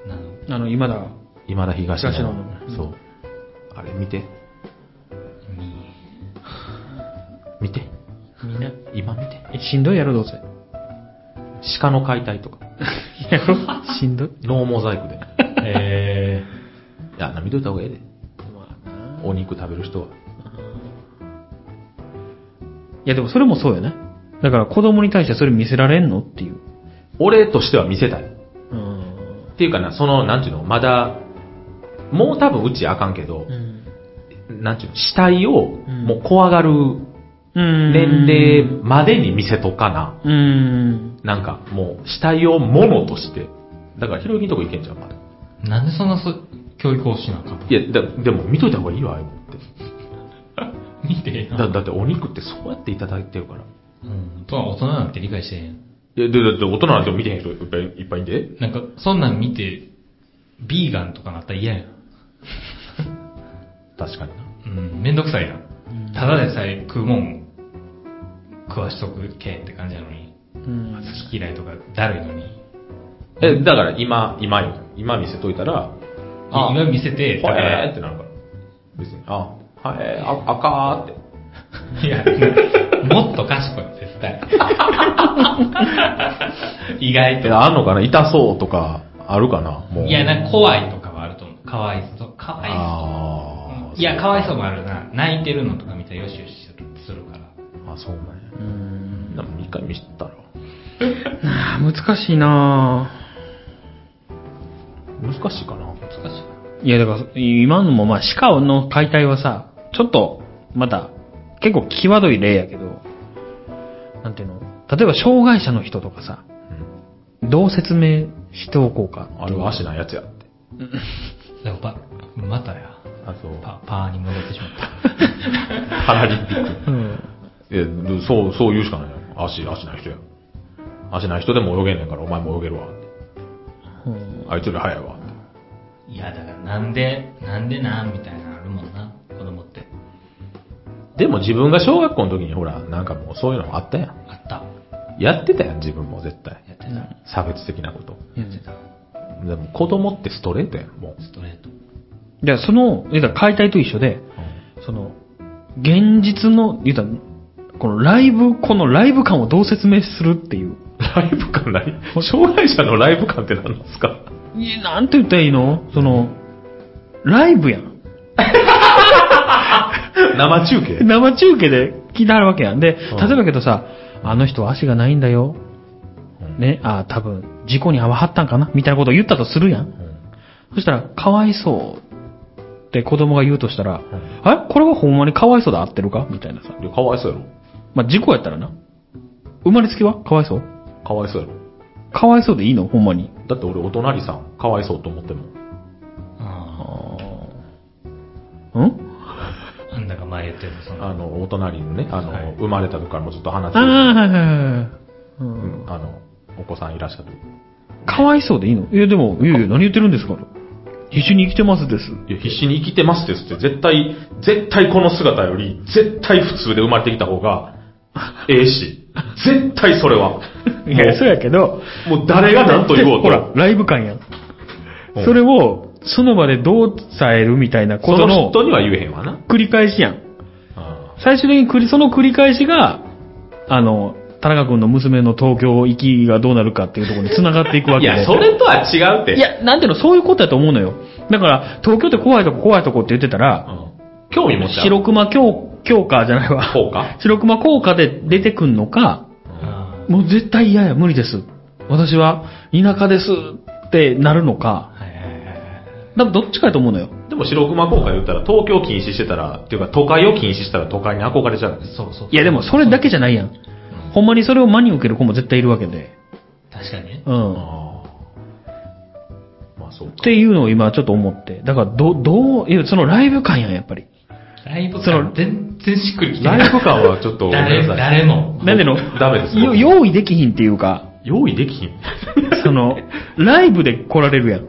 Speaker 3: ん。
Speaker 1: なの。
Speaker 2: あの、今だ。
Speaker 3: 今田東野。
Speaker 2: 東野のうん
Speaker 3: そう。あれ見て。
Speaker 1: に
Speaker 3: 見て。
Speaker 2: みんな、
Speaker 3: 今見て。
Speaker 2: えしんどいやろ、どうせ。
Speaker 3: 鹿の解体とか。
Speaker 2: やろしんどい。
Speaker 3: ノーモザイクで。
Speaker 2: へ
Speaker 3: いや、な見といた方がええで。お肉食べる人は。
Speaker 2: いや、でもそれもそうよね。だから子供に対してそれ見せられんのっていう。
Speaker 3: 俺としては見せたい。っ
Speaker 2: うん。
Speaker 3: ていうかな、その、なんていうの、まだ、もう多分うちあかんけど、なんていうの、死体を
Speaker 2: ん
Speaker 3: もう怖がる
Speaker 2: うん。
Speaker 3: 年齢までに見せとかな。
Speaker 2: うん。
Speaker 3: なんか、もう死体を物として。だから、ひろゆきのとこ行けんじゃん、まだ。
Speaker 1: なんでそんなそ教育をしなあかんの
Speaker 3: いや、だでも見といた方がいいわ、ああいうのって。
Speaker 1: 見てえな
Speaker 3: だだってお肉ってそうやっていただいてるから。
Speaker 1: うん。とは大人なんて理解してへん。
Speaker 3: いや、でだって大人なんて見てへん人いっぱいいっぱいいんで。
Speaker 1: なんか、そんなん見て、ビーガンとかなったら嫌やん。
Speaker 3: 確かにな。
Speaker 1: うん、めんどくさいやん。ただでさえ食うもん、食わしとくけって感じなのに。
Speaker 2: うん。
Speaker 1: 好き嫌いとかだるいのに。
Speaker 3: え、だから今、今よ。今見せといたら、あ
Speaker 1: 今見せて、だか
Speaker 3: はえー
Speaker 1: ら
Speaker 3: っ、てなんか、別に、あ、はえー、あ、あかーって。
Speaker 1: いや、もっと賢い、絶 対。意外
Speaker 3: え、
Speaker 1: と。
Speaker 3: あんのかな痛そうとか、あるかなもう。
Speaker 1: いや、なんか怖いとかはあると思う。かわいそう。かわい
Speaker 3: あ
Speaker 1: そう。
Speaker 3: ー
Speaker 1: いや、かわいそうもあるな。泣いてるのとか見たらよしよしするするから。
Speaker 3: あ、そうなんや。
Speaker 2: うん。
Speaker 3: なんか一回見せたら。
Speaker 2: なあ難しいなあ
Speaker 3: 難しいかな。
Speaker 1: 難しい。
Speaker 2: いや、だから、今のもまあ、鹿の解体はさ、ちょっと、また、結構際どい例やけど、なんていうの例えば、障害者の人とかさ、
Speaker 3: うん。
Speaker 2: どう説明しておこうか。
Speaker 3: あれは足ないやつやって。
Speaker 1: でもば、またや。
Speaker 3: あと、
Speaker 1: パ、パーに戻ってしまった。
Speaker 3: パラリンピック。
Speaker 2: うん。
Speaker 3: いや、でそう、そう言うしかないよ。足、足ない人や。足ない人でも泳げんねんから、お前も泳げるわって。
Speaker 2: うん
Speaker 3: あいつより早いわって。
Speaker 1: いや、だからなんで、なんでなんみたいなのあるもんな、子供って。
Speaker 3: でも自分が小学校の時にほら、なんかもうそういうのあったやん。
Speaker 1: あった。
Speaker 3: やってたやん、自分も絶対。
Speaker 1: やってた。や
Speaker 3: 差別的なこと。
Speaker 1: ってた。
Speaker 3: でも子供ってストレートやん、もう。
Speaker 1: ストレート。
Speaker 2: じゃあ、その、言うたら解体と一緒で、その、現実の、言うたら、このライブ、このライブ感をどう説明するっていう。
Speaker 3: ライブ感ない障害者のライブ感って何なんですか
Speaker 2: いやなんて言ったらいいのその、ライブやん。
Speaker 3: 生中継
Speaker 2: 生中継で聞いてはるわけやん。で、例
Speaker 3: うん
Speaker 2: えばけどさ、あの人は足がないんだよ。
Speaker 3: うん
Speaker 2: ね、あ多分、事故に遭わはったんかなみたいなことを言ったとするやん。そしたら、かわいそうって子供が言うとしたら、
Speaker 3: ん
Speaker 2: あれこれはほんまにかわいそうで合ってるかみたいなさ。
Speaker 3: いやかわいそうや
Speaker 2: まあ、事故やったらな。生まれつきはかわいそう
Speaker 3: ろ。かわいそうやろ。
Speaker 2: かわいそうでいいのほんまに。
Speaker 3: だって俺お隣さん、かわいそうと思っても。
Speaker 1: あ
Speaker 2: うん
Speaker 1: あ。なんだか前言ってた、その。
Speaker 3: あの、お隣のね、あの、
Speaker 1: はい
Speaker 3: 生まれた時からもうずっと話して
Speaker 2: あ
Speaker 3: る
Speaker 2: あ、はいはいはいはい。う
Speaker 3: うん
Speaker 2: ん。
Speaker 3: あの、お子さんいらっしゃる。
Speaker 2: かわいそうでいいのいや、でも、いやいや、何言ってるんですかと必死に生きてますです。
Speaker 3: いや、必死に生きてますですって、絶対、絶対この姿より、絶対普通で生まれてきた方 が、ええし、絶対それは。
Speaker 2: いや、そうやけど、
Speaker 3: もう、もう誰が何と言おう
Speaker 2: ほ
Speaker 3: と。
Speaker 2: ら、ライブ感やん
Speaker 3: う。ん
Speaker 2: それを、その場でどう伝えるみたいなこ
Speaker 3: ことの
Speaker 2: の
Speaker 3: 人には言えへんわな。
Speaker 2: 繰り返しやん。
Speaker 3: あ
Speaker 2: 最終的に繰りその繰り返しが、あの、田中君の娘の東京行きがどうなるかっていうところに繋がっていくわ
Speaker 3: あい
Speaker 2: けで。
Speaker 3: や、それとは違うって。
Speaker 2: いや、なんていうの、そういうことだと思うのよ。だから、東京って怖いとこ怖いとこって言ってた
Speaker 3: う
Speaker 2: ら、
Speaker 3: ん、興味持っちゃう。
Speaker 2: 白熊強強化じゃないわ。
Speaker 3: 効果。
Speaker 2: 白熊効果で出てくんのか、
Speaker 1: あ
Speaker 2: もう絶対嫌や、無理です。私は田舎ですってなるのか
Speaker 1: あ、はいはいはいはい。
Speaker 2: 多分どっちかやと思うのよ。
Speaker 3: でも白熊効果で言ったら、東京禁止してたら、っていうか都会を禁止したら都会に憧れちゃうんです。
Speaker 1: そうそう。
Speaker 2: いやでもそれだけじゃないやん。ほんまにそれを真に受ける子も絶対いるわけで。
Speaker 1: 確かにね。
Speaker 2: うん。っ
Speaker 3: ああ。まあそうか。
Speaker 2: ていうのを今ちょっと思って。だから、ど、どう、いや、そのライブ感やん、やっぱり。
Speaker 1: ライブ
Speaker 2: その
Speaker 1: 感全然しっくりきて
Speaker 3: ラ
Speaker 1: ない。
Speaker 3: イブ感はちょっとごめん
Speaker 1: 誰、
Speaker 3: なさい。
Speaker 1: 誰も。
Speaker 2: なんでの
Speaker 3: ダメです
Speaker 2: よ用意できひんっていう か、
Speaker 3: 用意できひん。
Speaker 2: その、ライブで来られるやん。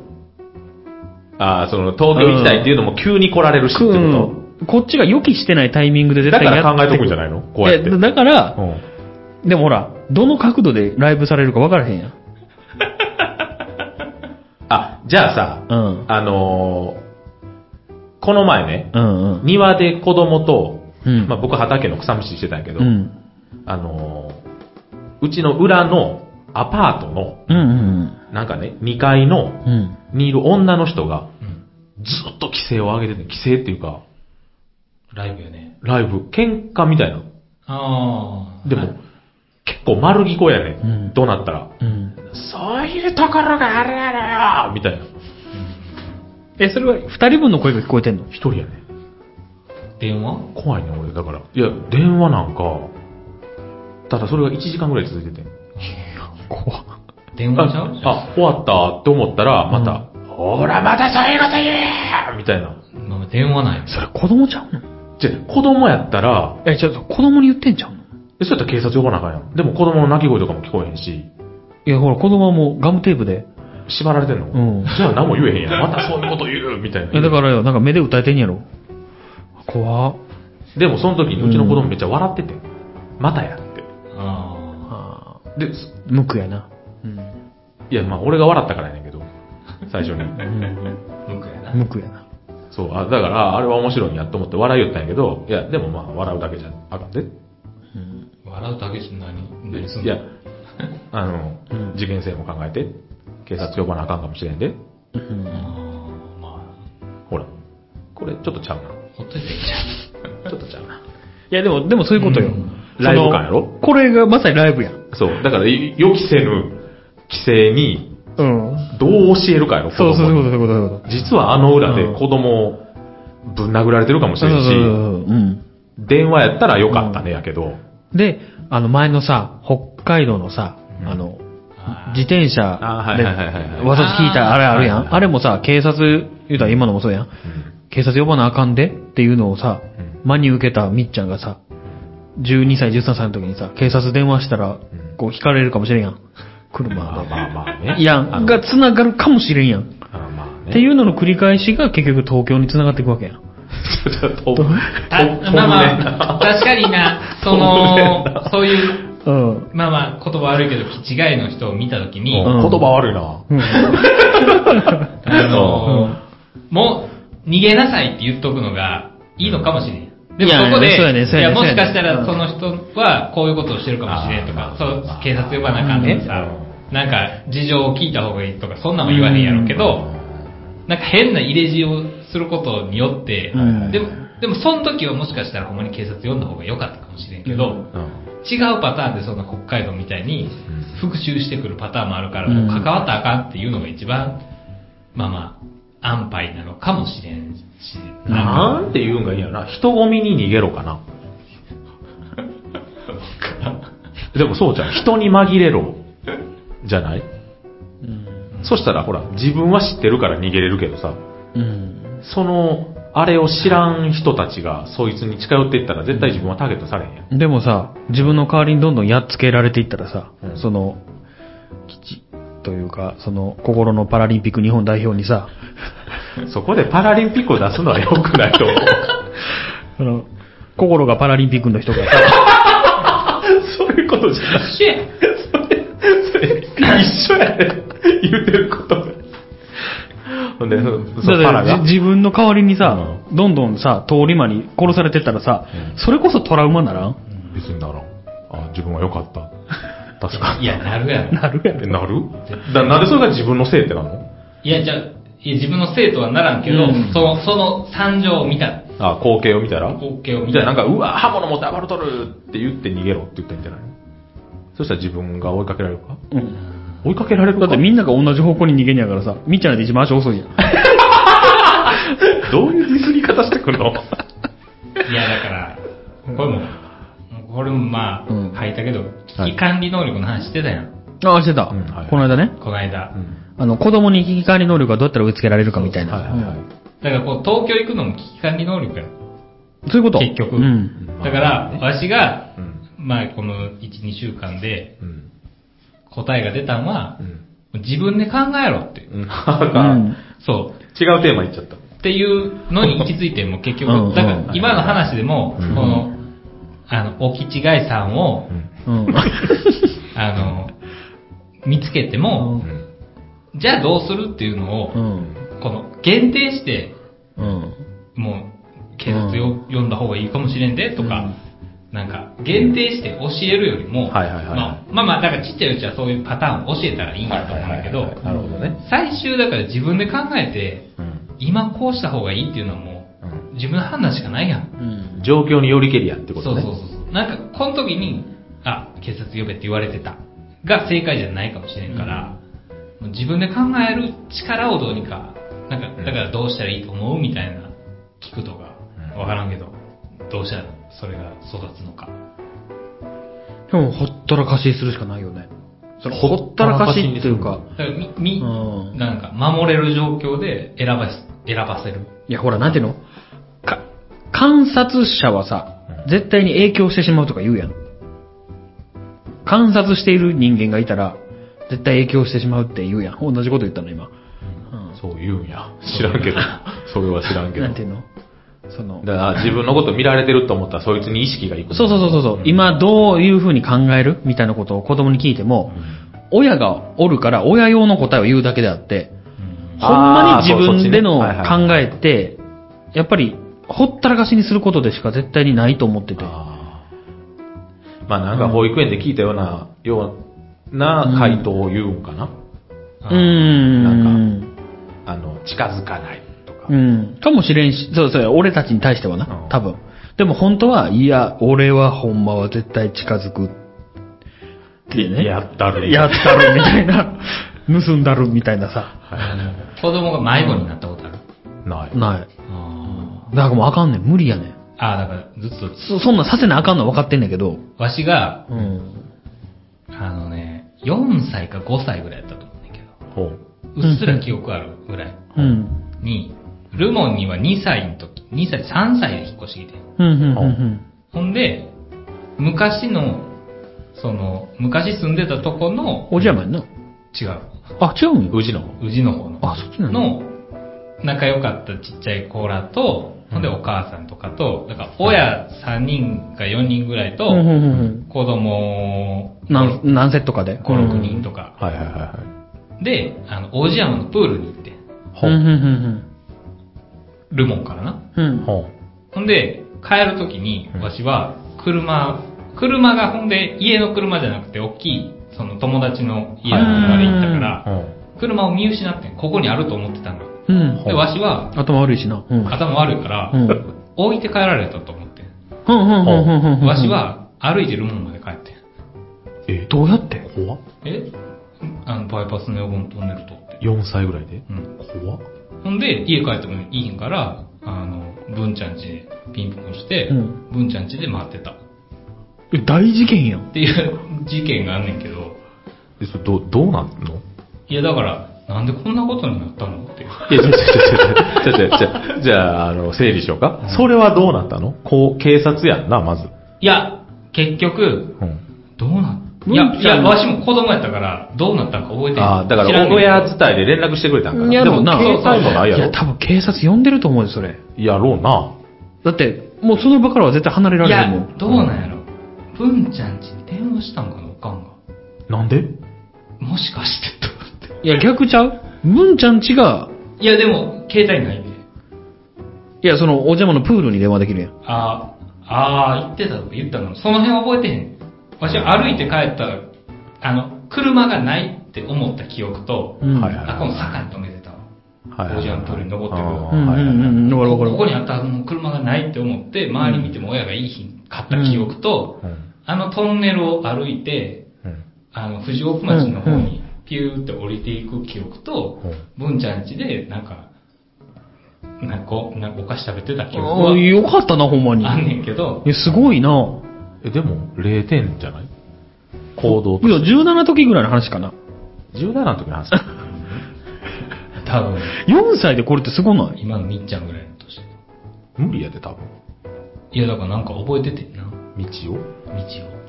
Speaker 3: ああ、その東京行きたいっていうのも急に来られるしって
Speaker 2: く
Speaker 3: こ
Speaker 2: ん、こっちが予期してないタイミングで
Speaker 3: と。
Speaker 2: 絶
Speaker 3: だ
Speaker 2: 対
Speaker 3: か
Speaker 2: やって
Speaker 3: ら考えとくんじゃないのこうやって。
Speaker 2: え
Speaker 3: うん。
Speaker 2: だから、でもほら、どの角度でライブされるか分からへんやん。
Speaker 3: あ、じゃあさ、
Speaker 2: うん。
Speaker 3: あのーこの前ね、
Speaker 2: うんうん。
Speaker 3: 庭で子供と、
Speaker 2: うん
Speaker 3: まあ僕畑の草むしりしてたんやけど、
Speaker 2: うん。
Speaker 3: あのーうちの裏のアパートの、
Speaker 2: うんうん
Speaker 3: なんかね、2階の、
Speaker 2: うん。うん。
Speaker 3: にいる女の人が、
Speaker 1: うん
Speaker 3: ずっと規制を上げてて、規制っていうか、
Speaker 1: ライブよね。
Speaker 3: ライブ、喧嘩みたいな。
Speaker 1: ああ。
Speaker 3: でも、
Speaker 1: はい
Speaker 3: 結構丸聞こえやね、
Speaker 2: うん
Speaker 3: どうなったら。
Speaker 2: うん。
Speaker 3: そういうところがあるやろよみたいな。
Speaker 2: え、それは二人分の声が聞こえてんの
Speaker 3: 一人やね。
Speaker 1: 電話
Speaker 3: 怖いね、俺。だから。いや、電話なんか、ただそれが1時間ぐらい続いてて。
Speaker 2: 怖
Speaker 1: 電話ちゃう
Speaker 3: あ、あ終わったって思ったら、また、ほら、またそういうこと言えみたいな。
Speaker 1: まあ電話ない。
Speaker 2: それ子供ちゃうの
Speaker 3: じゃ、子供やったら、
Speaker 2: え、ちょっと子供に言ってんちゃうの
Speaker 3: えそうやったら警察呼ばなあかんやん。でも子供の泣き声とかも聞こえへんし、
Speaker 2: いや、ほら、子供はもうガムテープで。
Speaker 3: 縛られてんの、
Speaker 2: うん
Speaker 3: じゃあ何も言えへんやん。またそういうこと言うみたいな。
Speaker 2: え、だからよ、なんか目で歌えてんやろ。怖っ
Speaker 3: でもその時にうちの子供めっちゃ笑ってて、またやって。
Speaker 1: あ
Speaker 2: ああ。
Speaker 3: で、す
Speaker 2: 無垢やな。うん。
Speaker 3: いや、まあ俺が笑ったからやねんけど、最 初に。
Speaker 1: あ。向くやな。
Speaker 2: 無垢やな。
Speaker 3: そう、あだから、あれは面白いんやと思って笑いよったんやけど、いや、でもまあ笑うだけじゃあかんで。
Speaker 2: うん。
Speaker 1: 笑うだけじゃ何何すんの
Speaker 3: いや、あの、
Speaker 2: うん
Speaker 3: 事件性も考えて、警察呼ばなあかんかもしれんで。
Speaker 2: うん
Speaker 1: あーま
Speaker 3: ほら、これちょっとちゃう
Speaker 1: あ、ほっといていいじ
Speaker 3: な。ちょっとちゃうな。
Speaker 2: いや、でも、でもそういうことよ。
Speaker 1: うん
Speaker 2: その
Speaker 3: ライブ感やろ
Speaker 2: これがまさにライブやん。
Speaker 3: そう、だから、い予期せぬ規制に、
Speaker 2: うん。
Speaker 3: どう教えるかやろ、
Speaker 2: そうそうそういう
Speaker 3: 子供
Speaker 2: こと、
Speaker 3: に
Speaker 2: そういうこと、そういうこと。
Speaker 3: 実はあの裏で
Speaker 2: うん
Speaker 3: 子供をぶん殴られてるかもし
Speaker 2: そう
Speaker 3: れ
Speaker 2: そうそうそ
Speaker 3: んし、
Speaker 2: う。うん。
Speaker 3: 電話やったらよかったね、やけど。
Speaker 2: で、あの前のさ、北海道のさ、あの、
Speaker 1: ゃん。
Speaker 2: 自転車
Speaker 3: あーはい
Speaker 2: で、
Speaker 3: はいはいはいはい
Speaker 2: わざと引いたあれあるや
Speaker 3: はいはい
Speaker 2: ん。あれもさ、警察、言うたら今のもそうやん。警察呼ばなあかんでっていうのをさ、
Speaker 3: うん
Speaker 2: 真に受けたみっちゃんがさ、12歳、13歳の時にさ、警察電話したら、
Speaker 3: ん
Speaker 2: こう、引かれるかもしれんやん。
Speaker 3: ま
Speaker 2: 車
Speaker 3: あ
Speaker 2: で。
Speaker 3: まあまあね。
Speaker 2: いや
Speaker 3: あ
Speaker 2: ん、
Speaker 3: の
Speaker 2: が繋がるかもしれんやん。
Speaker 3: あのまあね。
Speaker 2: っていうのの繰り返しが結局東京に繋がっていくわけやん。
Speaker 3: ちょっと飛ぶ。飛ぶね
Speaker 1: あまあまあ、確かにな、その、そういう、
Speaker 2: うん。
Speaker 1: まあまあ、言葉悪いけど、気違いの人を見たときに、
Speaker 2: ん
Speaker 3: うん言葉悪いな。
Speaker 1: あの、もう、逃げなさいって言っとくのが、いいのかもしれん。でも
Speaker 2: いや
Speaker 1: そこで、
Speaker 2: そうやねそうやね
Speaker 1: いやもしかした
Speaker 2: そうや
Speaker 1: ら
Speaker 2: ね
Speaker 1: その人はこういうことをしてるかもしれんと
Speaker 3: あ
Speaker 1: か
Speaker 3: ー、
Speaker 1: そう、警察呼ばなあかんね
Speaker 3: うん
Speaker 1: さ、なんか事情を聞いた方がいいとか、そんなんも言わねえやろうけど、なんか変な入れ知恵をすることによって、
Speaker 2: うん
Speaker 1: でも、でもその時はもしかしたらほんまに警察呼んだ方が良かったかもしれんけど、
Speaker 3: うん
Speaker 1: 違うパターンでその北海道みたいに復讐してくるパターンもあるから、
Speaker 2: うん
Speaker 1: もう関わったらあかんっていうのが一番、まあまあ、安牌なのかもしれんし、な
Speaker 3: なんて言うんがいいやろな。人混みに逃げろかな。でもそうじゃん。人に紛れろ。じゃない
Speaker 2: うん。
Speaker 3: そしたらほら、自分は知ってるから逃げれるけどさ、
Speaker 2: うん。
Speaker 3: その、あれを知らん人たちがそいつに近寄っていったら絶対自分はターゲットされへんやん。
Speaker 2: でもさ、自分の代わりにどんどんやっつけられていったらさ、
Speaker 3: うん
Speaker 2: その、基地というか、その、心のパラリンピック日本代表にさ、
Speaker 3: そこでパラリンピックを出すのは良くないと思う。
Speaker 2: その、心がパラリンピックの人がさ、
Speaker 3: そういうことじゃない。
Speaker 1: 一緒や
Speaker 3: それ、それ、一緒やね。言ってることが。ほんで、そそ
Speaker 2: だ
Speaker 3: う、パラ
Speaker 2: から
Speaker 3: が。
Speaker 2: じ自分の代わりにさ、どんどんさ、通り魔に殺されてったらさ、
Speaker 3: うん
Speaker 2: それこそトラウマならん
Speaker 3: 別にならん。あ、自分は良かった。確か
Speaker 1: いや、なるやろ。
Speaker 2: なるやろ
Speaker 3: に。なるだなんでそれが自分のせいってなの
Speaker 1: いや、じゃあいや自分の生徒はならんけど、
Speaker 2: うん
Speaker 1: その、その惨状を見た。
Speaker 3: あ、光景を見たら
Speaker 1: 光景を見
Speaker 3: み
Speaker 1: た
Speaker 3: たいな、なんか、うわ、刃物持って暴れとるって言って逃げろって言ったんじゃないのそしたら自分が追いかけられるか
Speaker 2: うん
Speaker 3: 追いかけられるか
Speaker 2: だってみんなが同じ方向に逃げんやからさ、みっちゃんで一番足遅いやん。
Speaker 3: どういうディスり方してくるの
Speaker 1: いや、だから、これも、これもまあ、
Speaker 2: うん
Speaker 1: 入ったけど、
Speaker 3: はい
Speaker 1: 危機管理能力の話してたやん。
Speaker 2: ああ、してた、
Speaker 3: うんはい
Speaker 2: この間ね。
Speaker 1: この間。
Speaker 2: あの、子供に危機管理能力がどうやったら植え付けられるかみたいな。
Speaker 3: はいはいはい
Speaker 2: うん
Speaker 1: だからこう、東京行くのも危機管理能力やん。
Speaker 2: そういうこと
Speaker 1: 結局。
Speaker 2: うん。
Speaker 1: だから、わしが、
Speaker 3: うん
Speaker 1: まあ、この1、2週間で
Speaker 3: うん
Speaker 1: 答えが出たんは
Speaker 3: う、ん
Speaker 1: 自分で考えろって。
Speaker 3: うんなんか
Speaker 2: うん
Speaker 1: そう。
Speaker 3: 違うテーマいっちゃった
Speaker 1: っていうのに行き着いてもう結局
Speaker 2: うんうん、
Speaker 1: だから今の話でも、
Speaker 3: うん
Speaker 1: この、あの、おきちがいさんを、
Speaker 2: うん。
Speaker 1: あの、見つけても、じゃあどうするっていうのを、
Speaker 2: うん。
Speaker 1: この、限定して、
Speaker 2: うん。
Speaker 1: もう、警察よ、読んだ方がいいかもしれんで、とか、なんか、限定して教えるよりも、
Speaker 3: はいはいはいはい
Speaker 1: まあまあまあ、だからちっちゃいうちはそういうパターンを教えたらいいんだと思うんだけど、
Speaker 3: はいはいはいはいなるほどね
Speaker 1: 最終だから自分で考えて、
Speaker 3: うん
Speaker 1: 今こうした方がいいっていうのはもう、
Speaker 3: う
Speaker 1: 自分の判断しかないやん。
Speaker 2: うん
Speaker 3: ん。状況によりけりやってこ
Speaker 1: そ
Speaker 3: と
Speaker 1: う
Speaker 3: ね
Speaker 1: そうそうそう。なんか、この時に、あ、警察呼べって言われてた。が正解じゃないかもしれんから、もう自分で考える力をどうにか、なんか、
Speaker 3: ん
Speaker 1: だからどうしたらいいと思うみたいな、聞くとか
Speaker 3: う、ん
Speaker 1: わからんけど、どうしたらそれが育つのか。
Speaker 2: でも、ほったらかしするしかないよね。その
Speaker 3: ほ
Speaker 2: ほ
Speaker 3: っ
Speaker 2: ったた
Speaker 3: ら
Speaker 2: ら
Speaker 3: か
Speaker 2: か
Speaker 3: し
Speaker 2: し
Speaker 3: に
Speaker 2: っ
Speaker 3: す
Speaker 2: て
Speaker 3: る
Speaker 2: いうか、
Speaker 1: だから、み、み、
Speaker 2: うん
Speaker 1: なんか、守れる状況で選ばし、選ばせる。
Speaker 2: いや、ほら、なんていうのか、観察者はさ、絶対に影響してしまうとか言うやん。観察している人間がいたら、絶対影響してしまうって言うやん。同じこと言ったの、今。うん
Speaker 3: そう言うんや知らんけどそれは知らんけど
Speaker 2: なんていうのその、
Speaker 3: だから自分のこと見られてると思ったらそいつに意識がいく
Speaker 2: そうそうそうそう、う今どういうふうに考えるみたいなことを子供に聞いても、親がおるから親用の答えを言うだけであって、ほんま
Speaker 3: あー
Speaker 2: に自
Speaker 3: そうそっち
Speaker 2: 分
Speaker 3: ね
Speaker 2: での
Speaker 3: はいはい
Speaker 2: 考えって、やっぱり、ほったらかしにすることでしか絶対にないと思ってて。
Speaker 3: あーまあなんか保育園で聞いたような、ような回答を言うんかな、
Speaker 2: う
Speaker 1: あ
Speaker 2: ーん。
Speaker 3: なんあの、近づかないとか。
Speaker 2: うん。かもしれんし、そうそう、俺たちに対しては
Speaker 3: う
Speaker 2: な、
Speaker 3: ん
Speaker 2: 多分。でも本当は、いや、俺はほんまは絶対近づく。ってね。
Speaker 3: やったる。
Speaker 2: やったるみたい な。盗んだるみたいなさ。
Speaker 1: 子供が迷子になったことある。
Speaker 3: ない。
Speaker 2: ない。
Speaker 1: あ
Speaker 2: だからもうあかんねん。無理やねん。
Speaker 1: ーあー、だから、ずっと、
Speaker 2: そそんなんさせなあかんのは分かってんねんけど。
Speaker 1: わしが、
Speaker 2: うん。
Speaker 1: あのね、4歳か5歳ぐらいやったと思うんだけど、
Speaker 3: ほう。
Speaker 1: うっすら記憶あるぐらい
Speaker 2: うん。
Speaker 1: に、ルモンには2歳の時、2歳、3歳で引っ越してきて。
Speaker 2: うん、うん、うん
Speaker 1: ほんで、昔の、その、昔住んでたとこ
Speaker 2: うん。
Speaker 1: の、
Speaker 2: お邪魔やんな。
Speaker 1: 違う、
Speaker 2: あ、違うんよ。
Speaker 3: 宇治の方。
Speaker 1: 宇治の方の、
Speaker 2: あ、そっちなの
Speaker 1: の、仲良かったちっちゃい子らと、ほんでお母さんとかと、だから親3人か4人ぐらいと
Speaker 2: う、ん、うん、うん。
Speaker 1: 子供
Speaker 2: 何、何セットかで。
Speaker 1: 5、6人とか、
Speaker 3: はいはいはいはい。
Speaker 1: で、あの、オージアムのプールに行って、
Speaker 2: うん。うん、うん、
Speaker 1: ルモンからな。
Speaker 2: うん。うん。
Speaker 3: ほ
Speaker 1: ほんで、帰るときに
Speaker 3: う、ん
Speaker 1: わしは、車、車がほんで、家の車じゃなくて、大きい、その友達の家の車で行ったから、車を見失ってんここにあると思ってたの。
Speaker 2: うん。
Speaker 1: で、わしは、
Speaker 2: 頭悪いしな。うん。
Speaker 1: 頭悪いから
Speaker 2: う、ん。うん、
Speaker 1: 置いて帰られたと思ってん。
Speaker 2: うん、うん、うんうん。うん
Speaker 1: わし、は、歩いてルモンまで帰ってん。
Speaker 3: え、
Speaker 2: どうやって
Speaker 3: 怖っ
Speaker 1: えあの、バイパスの横のトンネル通って。
Speaker 3: ?4 歳ぐらいで
Speaker 1: うん。
Speaker 3: 怖っ
Speaker 1: ほんで、家帰ってもいいんから、あの、文ちゃん家でピンポンして
Speaker 2: う、ん
Speaker 1: 文ちゃん家で待ってた。っ
Speaker 2: え大事件やん。
Speaker 1: ていう 事件があんねんけど、
Speaker 3: え、それどう、どうなんの
Speaker 1: いやだから、なんでこんなことになったのって。
Speaker 3: いや、じゃあ、じゃあ、じゃあ、じゃあ、じゃあ、あの、整理しようか。それはどうなったのこう、警察やんな、まず。
Speaker 1: いや、結局、
Speaker 3: うん。
Speaker 1: どうないや、
Speaker 2: 文
Speaker 1: い
Speaker 2: ちゃ
Speaker 1: や、
Speaker 2: ん
Speaker 1: わしも子供やったから、どうなったんか覚えてん
Speaker 3: ああ、だか
Speaker 1: 知ら
Speaker 3: ら、
Speaker 1: んけど
Speaker 3: 親伝いで連絡してくれたんか
Speaker 2: い
Speaker 3: な。
Speaker 2: や
Speaker 3: でもな、
Speaker 2: 携
Speaker 3: そ
Speaker 2: 帯
Speaker 3: うそうないや
Speaker 2: い
Speaker 3: ろ
Speaker 2: や、。多分警察呼んでると思うで、それ。
Speaker 3: やろうな。
Speaker 2: だって、もうその場からは絶対離れら
Speaker 1: い
Speaker 2: れ
Speaker 1: や
Speaker 2: るもん。、
Speaker 1: どうなんやろ。文ちゃん家に電話したんかな、おかんが。
Speaker 3: なんで
Speaker 1: もしかしてと思って。
Speaker 2: いや、逆ちゃう文ちゃんちが、
Speaker 1: いや、でも、携帯ないんで。
Speaker 2: いや、その、お邪魔のプールに電話できるやん。
Speaker 1: ああ、ああ、言ってたとか言ったの。その辺覚えてへん。わしは歩いて帰った、あの、車がないって思った記憶と、
Speaker 2: うん
Speaker 3: はいはい
Speaker 1: あ、この坂に止めてたわ。
Speaker 3: はいはいはい
Speaker 1: おじやのプールに登ってくる。
Speaker 3: あ
Speaker 2: う
Speaker 3: ー
Speaker 2: んうんうん。だから
Speaker 1: こ
Speaker 2: わかる
Speaker 1: ここにあったはずの車がないって思って、周り見ても親がいい日買った記憶と、
Speaker 3: うん
Speaker 1: あのトンネルを歩いて、
Speaker 3: うん
Speaker 1: あの、藤奥町の方にピューって降りていく記憶と、文ちゃん家で、なんか、なんかこう、なんかお菓子食べてた記憶
Speaker 2: あ
Speaker 1: は
Speaker 2: ーよかったな、ほんまに。
Speaker 1: あんねんけど、
Speaker 2: いや、すごいな。
Speaker 3: え、でも、0点じゃない行動
Speaker 2: いや、17の時ぐらいの話かな。
Speaker 3: 17の時の話。
Speaker 1: 多分、
Speaker 2: 4歳でこれってすごない
Speaker 1: 今のみっちゃんぐらいの年。
Speaker 3: 無理やで、多分。
Speaker 1: いや、だからなんか覚えててんな、
Speaker 3: 道を。
Speaker 1: 道を。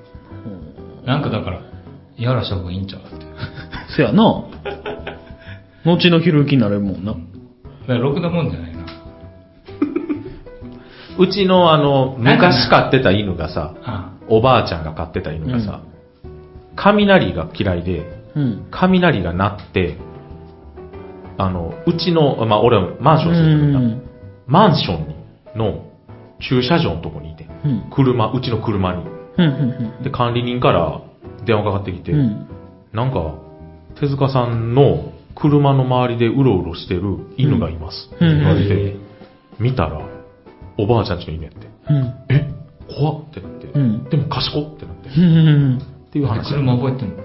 Speaker 1: なんかだから、やらした方がいいんちゃうって。
Speaker 2: せやな。後のひろゆきになれるもんな。
Speaker 1: だから、ろくなもんじゃないな。
Speaker 3: うちの、あの、
Speaker 1: なんかな
Speaker 3: 昔飼ってた犬がさ、
Speaker 1: あ
Speaker 3: おばあちゃんが飼ってた犬がさ、雷が嫌いで、
Speaker 2: うん。
Speaker 3: 雷が鳴って、あの、うちの、まあ、俺はマンション住んでるから、マンションの駐車場のとこにいて、
Speaker 2: うん
Speaker 3: 車、うちの車に。
Speaker 2: うんうん
Speaker 3: で、管理人から電話かかってきて、
Speaker 2: うんうん。
Speaker 3: なんか、手塚さんの車の周りでうろうろしてる犬がいます。って言われ
Speaker 1: うんう
Speaker 3: て、見たら、おばあちゃんちの犬やって、
Speaker 2: うん。
Speaker 3: え怖っってなって、
Speaker 2: うん
Speaker 3: でも賢っってなって、っ
Speaker 2: うんうん
Speaker 3: ていう
Speaker 1: あ。
Speaker 3: 話。
Speaker 1: 車覚えてんの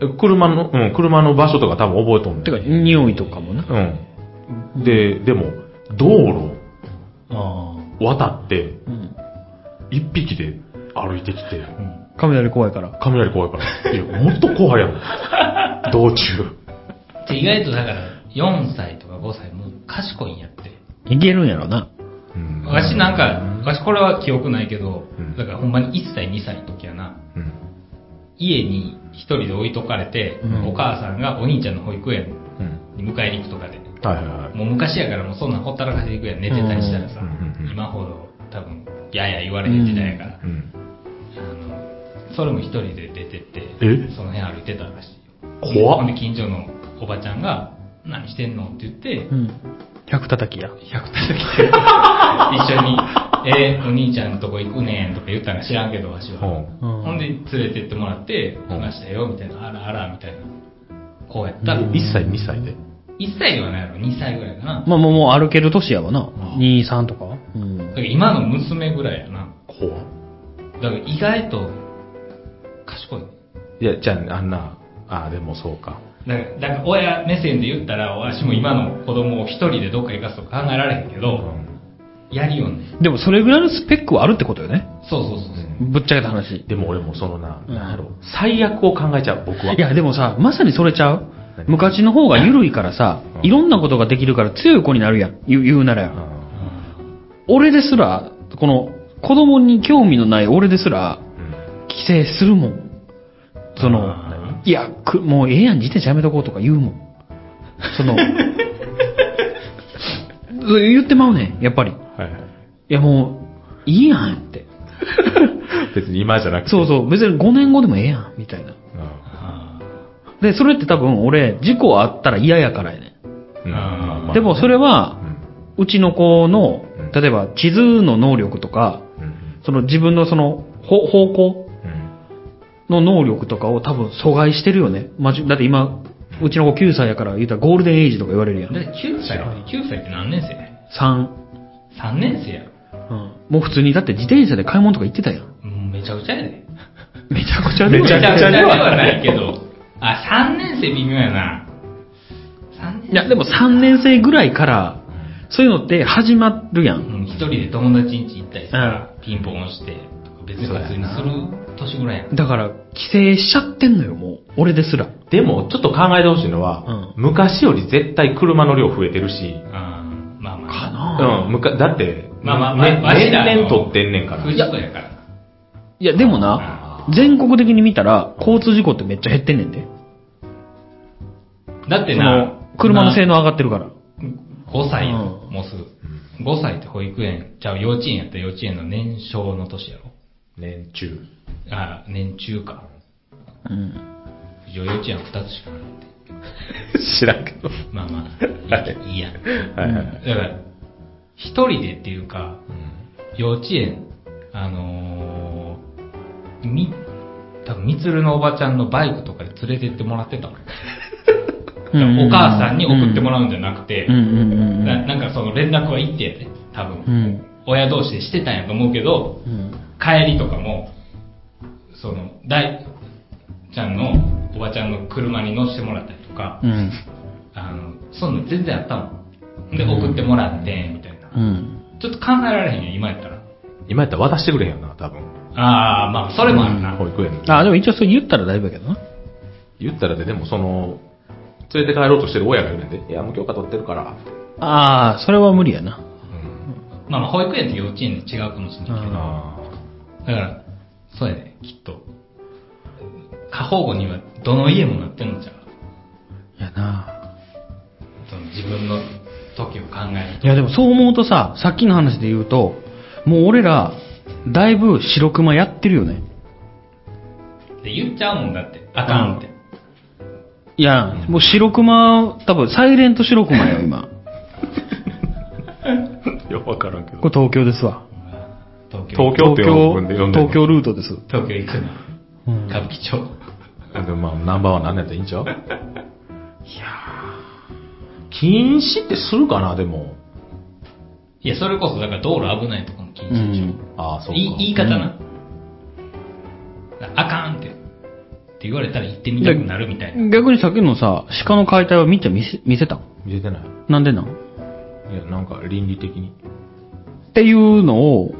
Speaker 3: え車の、うん、車の場所とか多分覚えとんねん
Speaker 2: てか、匂いとかもな。
Speaker 3: うん。で、でも、道路
Speaker 1: あ
Speaker 3: 渡って、
Speaker 2: うん。
Speaker 3: 一匹で歩いてきて、
Speaker 1: あ。うん。
Speaker 2: 雷怖いから。
Speaker 3: 雷怖いから。いや、もっと怖いやろ。道中。
Speaker 1: で意外とだから、4歳とか5歳も賢いんやって。
Speaker 2: いけるんやろな。
Speaker 3: うん
Speaker 1: わしなんか、わしこれは記憶ないけど
Speaker 3: うん、
Speaker 1: だからほんまに1歳2歳の時やな。
Speaker 3: うん。
Speaker 1: 家に一人で置いとかれて、
Speaker 2: うん
Speaker 1: お母さんがお兄ちゃんの保育園
Speaker 3: うん。
Speaker 1: に迎えに行くとかで。
Speaker 3: はいはいはい。
Speaker 1: もう昔やからもうそんなんほったらかしていくやん、寝てたりしたらさ
Speaker 3: うん、
Speaker 1: 今ほど多分、やや言われる時代やから
Speaker 3: う、ん。
Speaker 1: あの、それも一人で出てって
Speaker 3: え、
Speaker 1: その辺歩いてたらしいよ。
Speaker 3: 怖
Speaker 1: ほんで
Speaker 3: っ
Speaker 1: 近所のおばちゃんが、何してんのって言って
Speaker 2: う、ん。百叩きや。
Speaker 1: 100叩きで、一緒に、えーお兄ちゃんのとこ行くねんとか言ったんか知らんけど、わしは。
Speaker 3: うん
Speaker 2: うん
Speaker 1: ほんで、連れてってもらって、来ましたよ、みたいな、あらあら、みたいな。こうやったら、
Speaker 3: 1歳、2歳で。
Speaker 1: 1歳ではないやろ、2歳ぐらいかな。
Speaker 2: まあもうもう歩ける年やわな。2、3とかはうん
Speaker 1: だか。ら今の娘ぐらいやな。
Speaker 3: 怖っ
Speaker 1: だから意外と、賢い。
Speaker 3: いや、じゃあ、あんな、ああ、でもそうか。
Speaker 1: だから、だから親目線で言ったら、わしも今の子供を一人でどっか行かすとか考えられへんけ
Speaker 3: う
Speaker 1: ど、
Speaker 3: ん
Speaker 1: やりよんね。
Speaker 2: でもそれぐらいのスペックはあるってことよね。
Speaker 1: そうそうそうそう。
Speaker 2: ぶっちゃけた話。い
Speaker 3: でも俺もそのな、
Speaker 2: うん
Speaker 3: なんやろ、最悪を考えちゃう、僕は。
Speaker 2: や、でもさ、まさにそれちゃう
Speaker 3: 何
Speaker 2: 昔の方が緩いからさ、
Speaker 3: うん
Speaker 2: いろんなことができるから強い子になるやん。言う言うならや。
Speaker 3: うんん。
Speaker 2: 俺ですら、この、子供に興味のない俺ですら、
Speaker 3: うん
Speaker 2: 規制するもん。その、
Speaker 1: あ
Speaker 2: いや、くもうええやん、自転車やめとこうとか言うもん。その、 そう言ってまうねん、やっぱり。い
Speaker 3: はいはい。
Speaker 2: や、もう、いいやんって。
Speaker 3: 別に今じゃなくて。
Speaker 2: そうそう、別に5年後でもええやん、みたいな。
Speaker 3: うん。
Speaker 1: あ
Speaker 2: で、それって多分俺、事故あったら嫌やからやね
Speaker 3: うんまあま
Speaker 2: ん。
Speaker 3: あ
Speaker 2: でもそれは
Speaker 3: う、ん。
Speaker 2: うちの子の
Speaker 3: うん、
Speaker 2: 例えば地図の能力とか、
Speaker 3: うん
Speaker 2: その自分のそのほ方向
Speaker 3: うん
Speaker 2: の能力とかを多分阻害してるよね。まじ、だって今、うちの子9歳やから言うたらゴールデンエイジとか言われるや
Speaker 1: ーだ
Speaker 2: ん。
Speaker 1: って9歳、9歳って何年生
Speaker 2: 3。
Speaker 1: ?3 年生やろ。
Speaker 2: うん。もう普通にだって自転車で買い物とか行ってたやん。
Speaker 1: うんめちゃくちゃやで。
Speaker 2: めちゃくちゃ
Speaker 3: め
Speaker 1: めちゃく
Speaker 3: く
Speaker 1: ち
Speaker 3: ち
Speaker 1: ゃ
Speaker 3: ゃ
Speaker 1: で
Speaker 3: で
Speaker 1: は
Speaker 3: は
Speaker 1: な
Speaker 3: ない
Speaker 1: いけど。あ、3年生微妙やな。3年生
Speaker 2: いや、でも3年生ぐらいから、そういうのって始まるや。
Speaker 1: うんん、一人で友達ん家行ったりさ、ピンポン押して、とか別に普通にする年ぐらいやん。
Speaker 2: だから、規制しちゃってんのよ、もう。俺ですら。
Speaker 3: でも、ちょっと考えてほしいのは、
Speaker 2: う
Speaker 3: 昔より絶対車の量増えてるし、
Speaker 1: あーまあまあ。
Speaker 2: か
Speaker 3: う
Speaker 2: なぁ
Speaker 3: ん、むかだって、
Speaker 1: まあまあまあ
Speaker 3: ね
Speaker 1: わしらの
Speaker 3: 年々取ってんねんから。
Speaker 1: 藤子やから。
Speaker 2: いや、でもな、
Speaker 1: あ
Speaker 2: 全国的に見たら、交通事故ってめっちゃ減ってんねんで。
Speaker 1: だって
Speaker 2: そ
Speaker 1: な
Speaker 2: の、、車の性能上がってるから。
Speaker 1: 5歳や、
Speaker 2: う
Speaker 1: もうすぐ。5歳って保育園、じゃあ幼稚園やったら幼稚園の年少の年やろ。
Speaker 3: 年中。
Speaker 1: あ、年中か。
Speaker 2: うん。
Speaker 1: 非常幼稚園は2つしかないって。
Speaker 3: 知らんけど。
Speaker 1: まあま
Speaker 3: は
Speaker 1: あ、いいいいや。だ
Speaker 3: はいはいはい。
Speaker 1: から、一人でっていうか、幼稚園、あのー、み、多分みつるのおばちゃんのバイクとかで連れてってもらって たもん。お母さんに送っても
Speaker 2: ら
Speaker 1: らうんじゃなくて、
Speaker 2: うんうんうんうん。
Speaker 1: ななんかその連絡は行ってやで、多分。
Speaker 2: うん。
Speaker 1: 親同士でしてたんやと思うけど、
Speaker 2: うん。
Speaker 1: 帰りとかも、その、大ちゃんの、おばちゃんの車に乗せてもらったりとか、
Speaker 2: うん。
Speaker 1: あの、そんなん全然あったの。で、送ってもらって、みたいな。
Speaker 2: うん。
Speaker 1: ちょっと考えられへんよ、今やったら。
Speaker 3: 今やったら渡してくれへんよな、多分。
Speaker 1: ああ、まあ、それもあるな。
Speaker 3: 保育園。
Speaker 2: あ、でも一応それ言ったらだいぶやけどな。
Speaker 3: 言ったらで、でもその、連れて帰ろうとしてる親がいるんで、いや、もう許可取ってるから。
Speaker 2: ああ、それは無理やな。
Speaker 3: うん。
Speaker 1: まあまあ、保育園と幼稚園で違うかもしれない
Speaker 3: あ
Speaker 1: けど。だから、そうやね、きっと。過保護には、どの家もなってんのじゃう
Speaker 2: やな。
Speaker 1: その自分の時を考える
Speaker 2: いやでもそう思うとさ、さっきの話で言うと、もう俺ら、だいぶ白熊やってるよね。
Speaker 1: と。で、言っちゃうもんだって、あかんって。
Speaker 2: いや、もう白熊、多分サイレント白熊 よ、今。
Speaker 3: あ。よくわからんけど
Speaker 2: こ。れ東京ですわ。
Speaker 1: 東京。
Speaker 3: 東京って呼んで呼んでんの
Speaker 2: 東京ルートです。
Speaker 1: 東京行く
Speaker 2: うん
Speaker 1: の。歌舞伎町。
Speaker 3: でもまあ、ナンバーワンなんやったらいいんちゃういやー、禁止ってするかな、でも。
Speaker 1: いや、それこそ、だから道路危ないとこも禁止でしょ。
Speaker 2: うん
Speaker 3: ああ、そうか。
Speaker 1: い言い方な。あかんって。って言われたら行ってみたくなるみたいな。
Speaker 2: 逆にさっきのさ、鹿の解体は見て見せ、見せたん
Speaker 3: 見れてない。
Speaker 2: なんでなんっ
Speaker 3: いや、なんか倫理的に。
Speaker 2: ていうのを、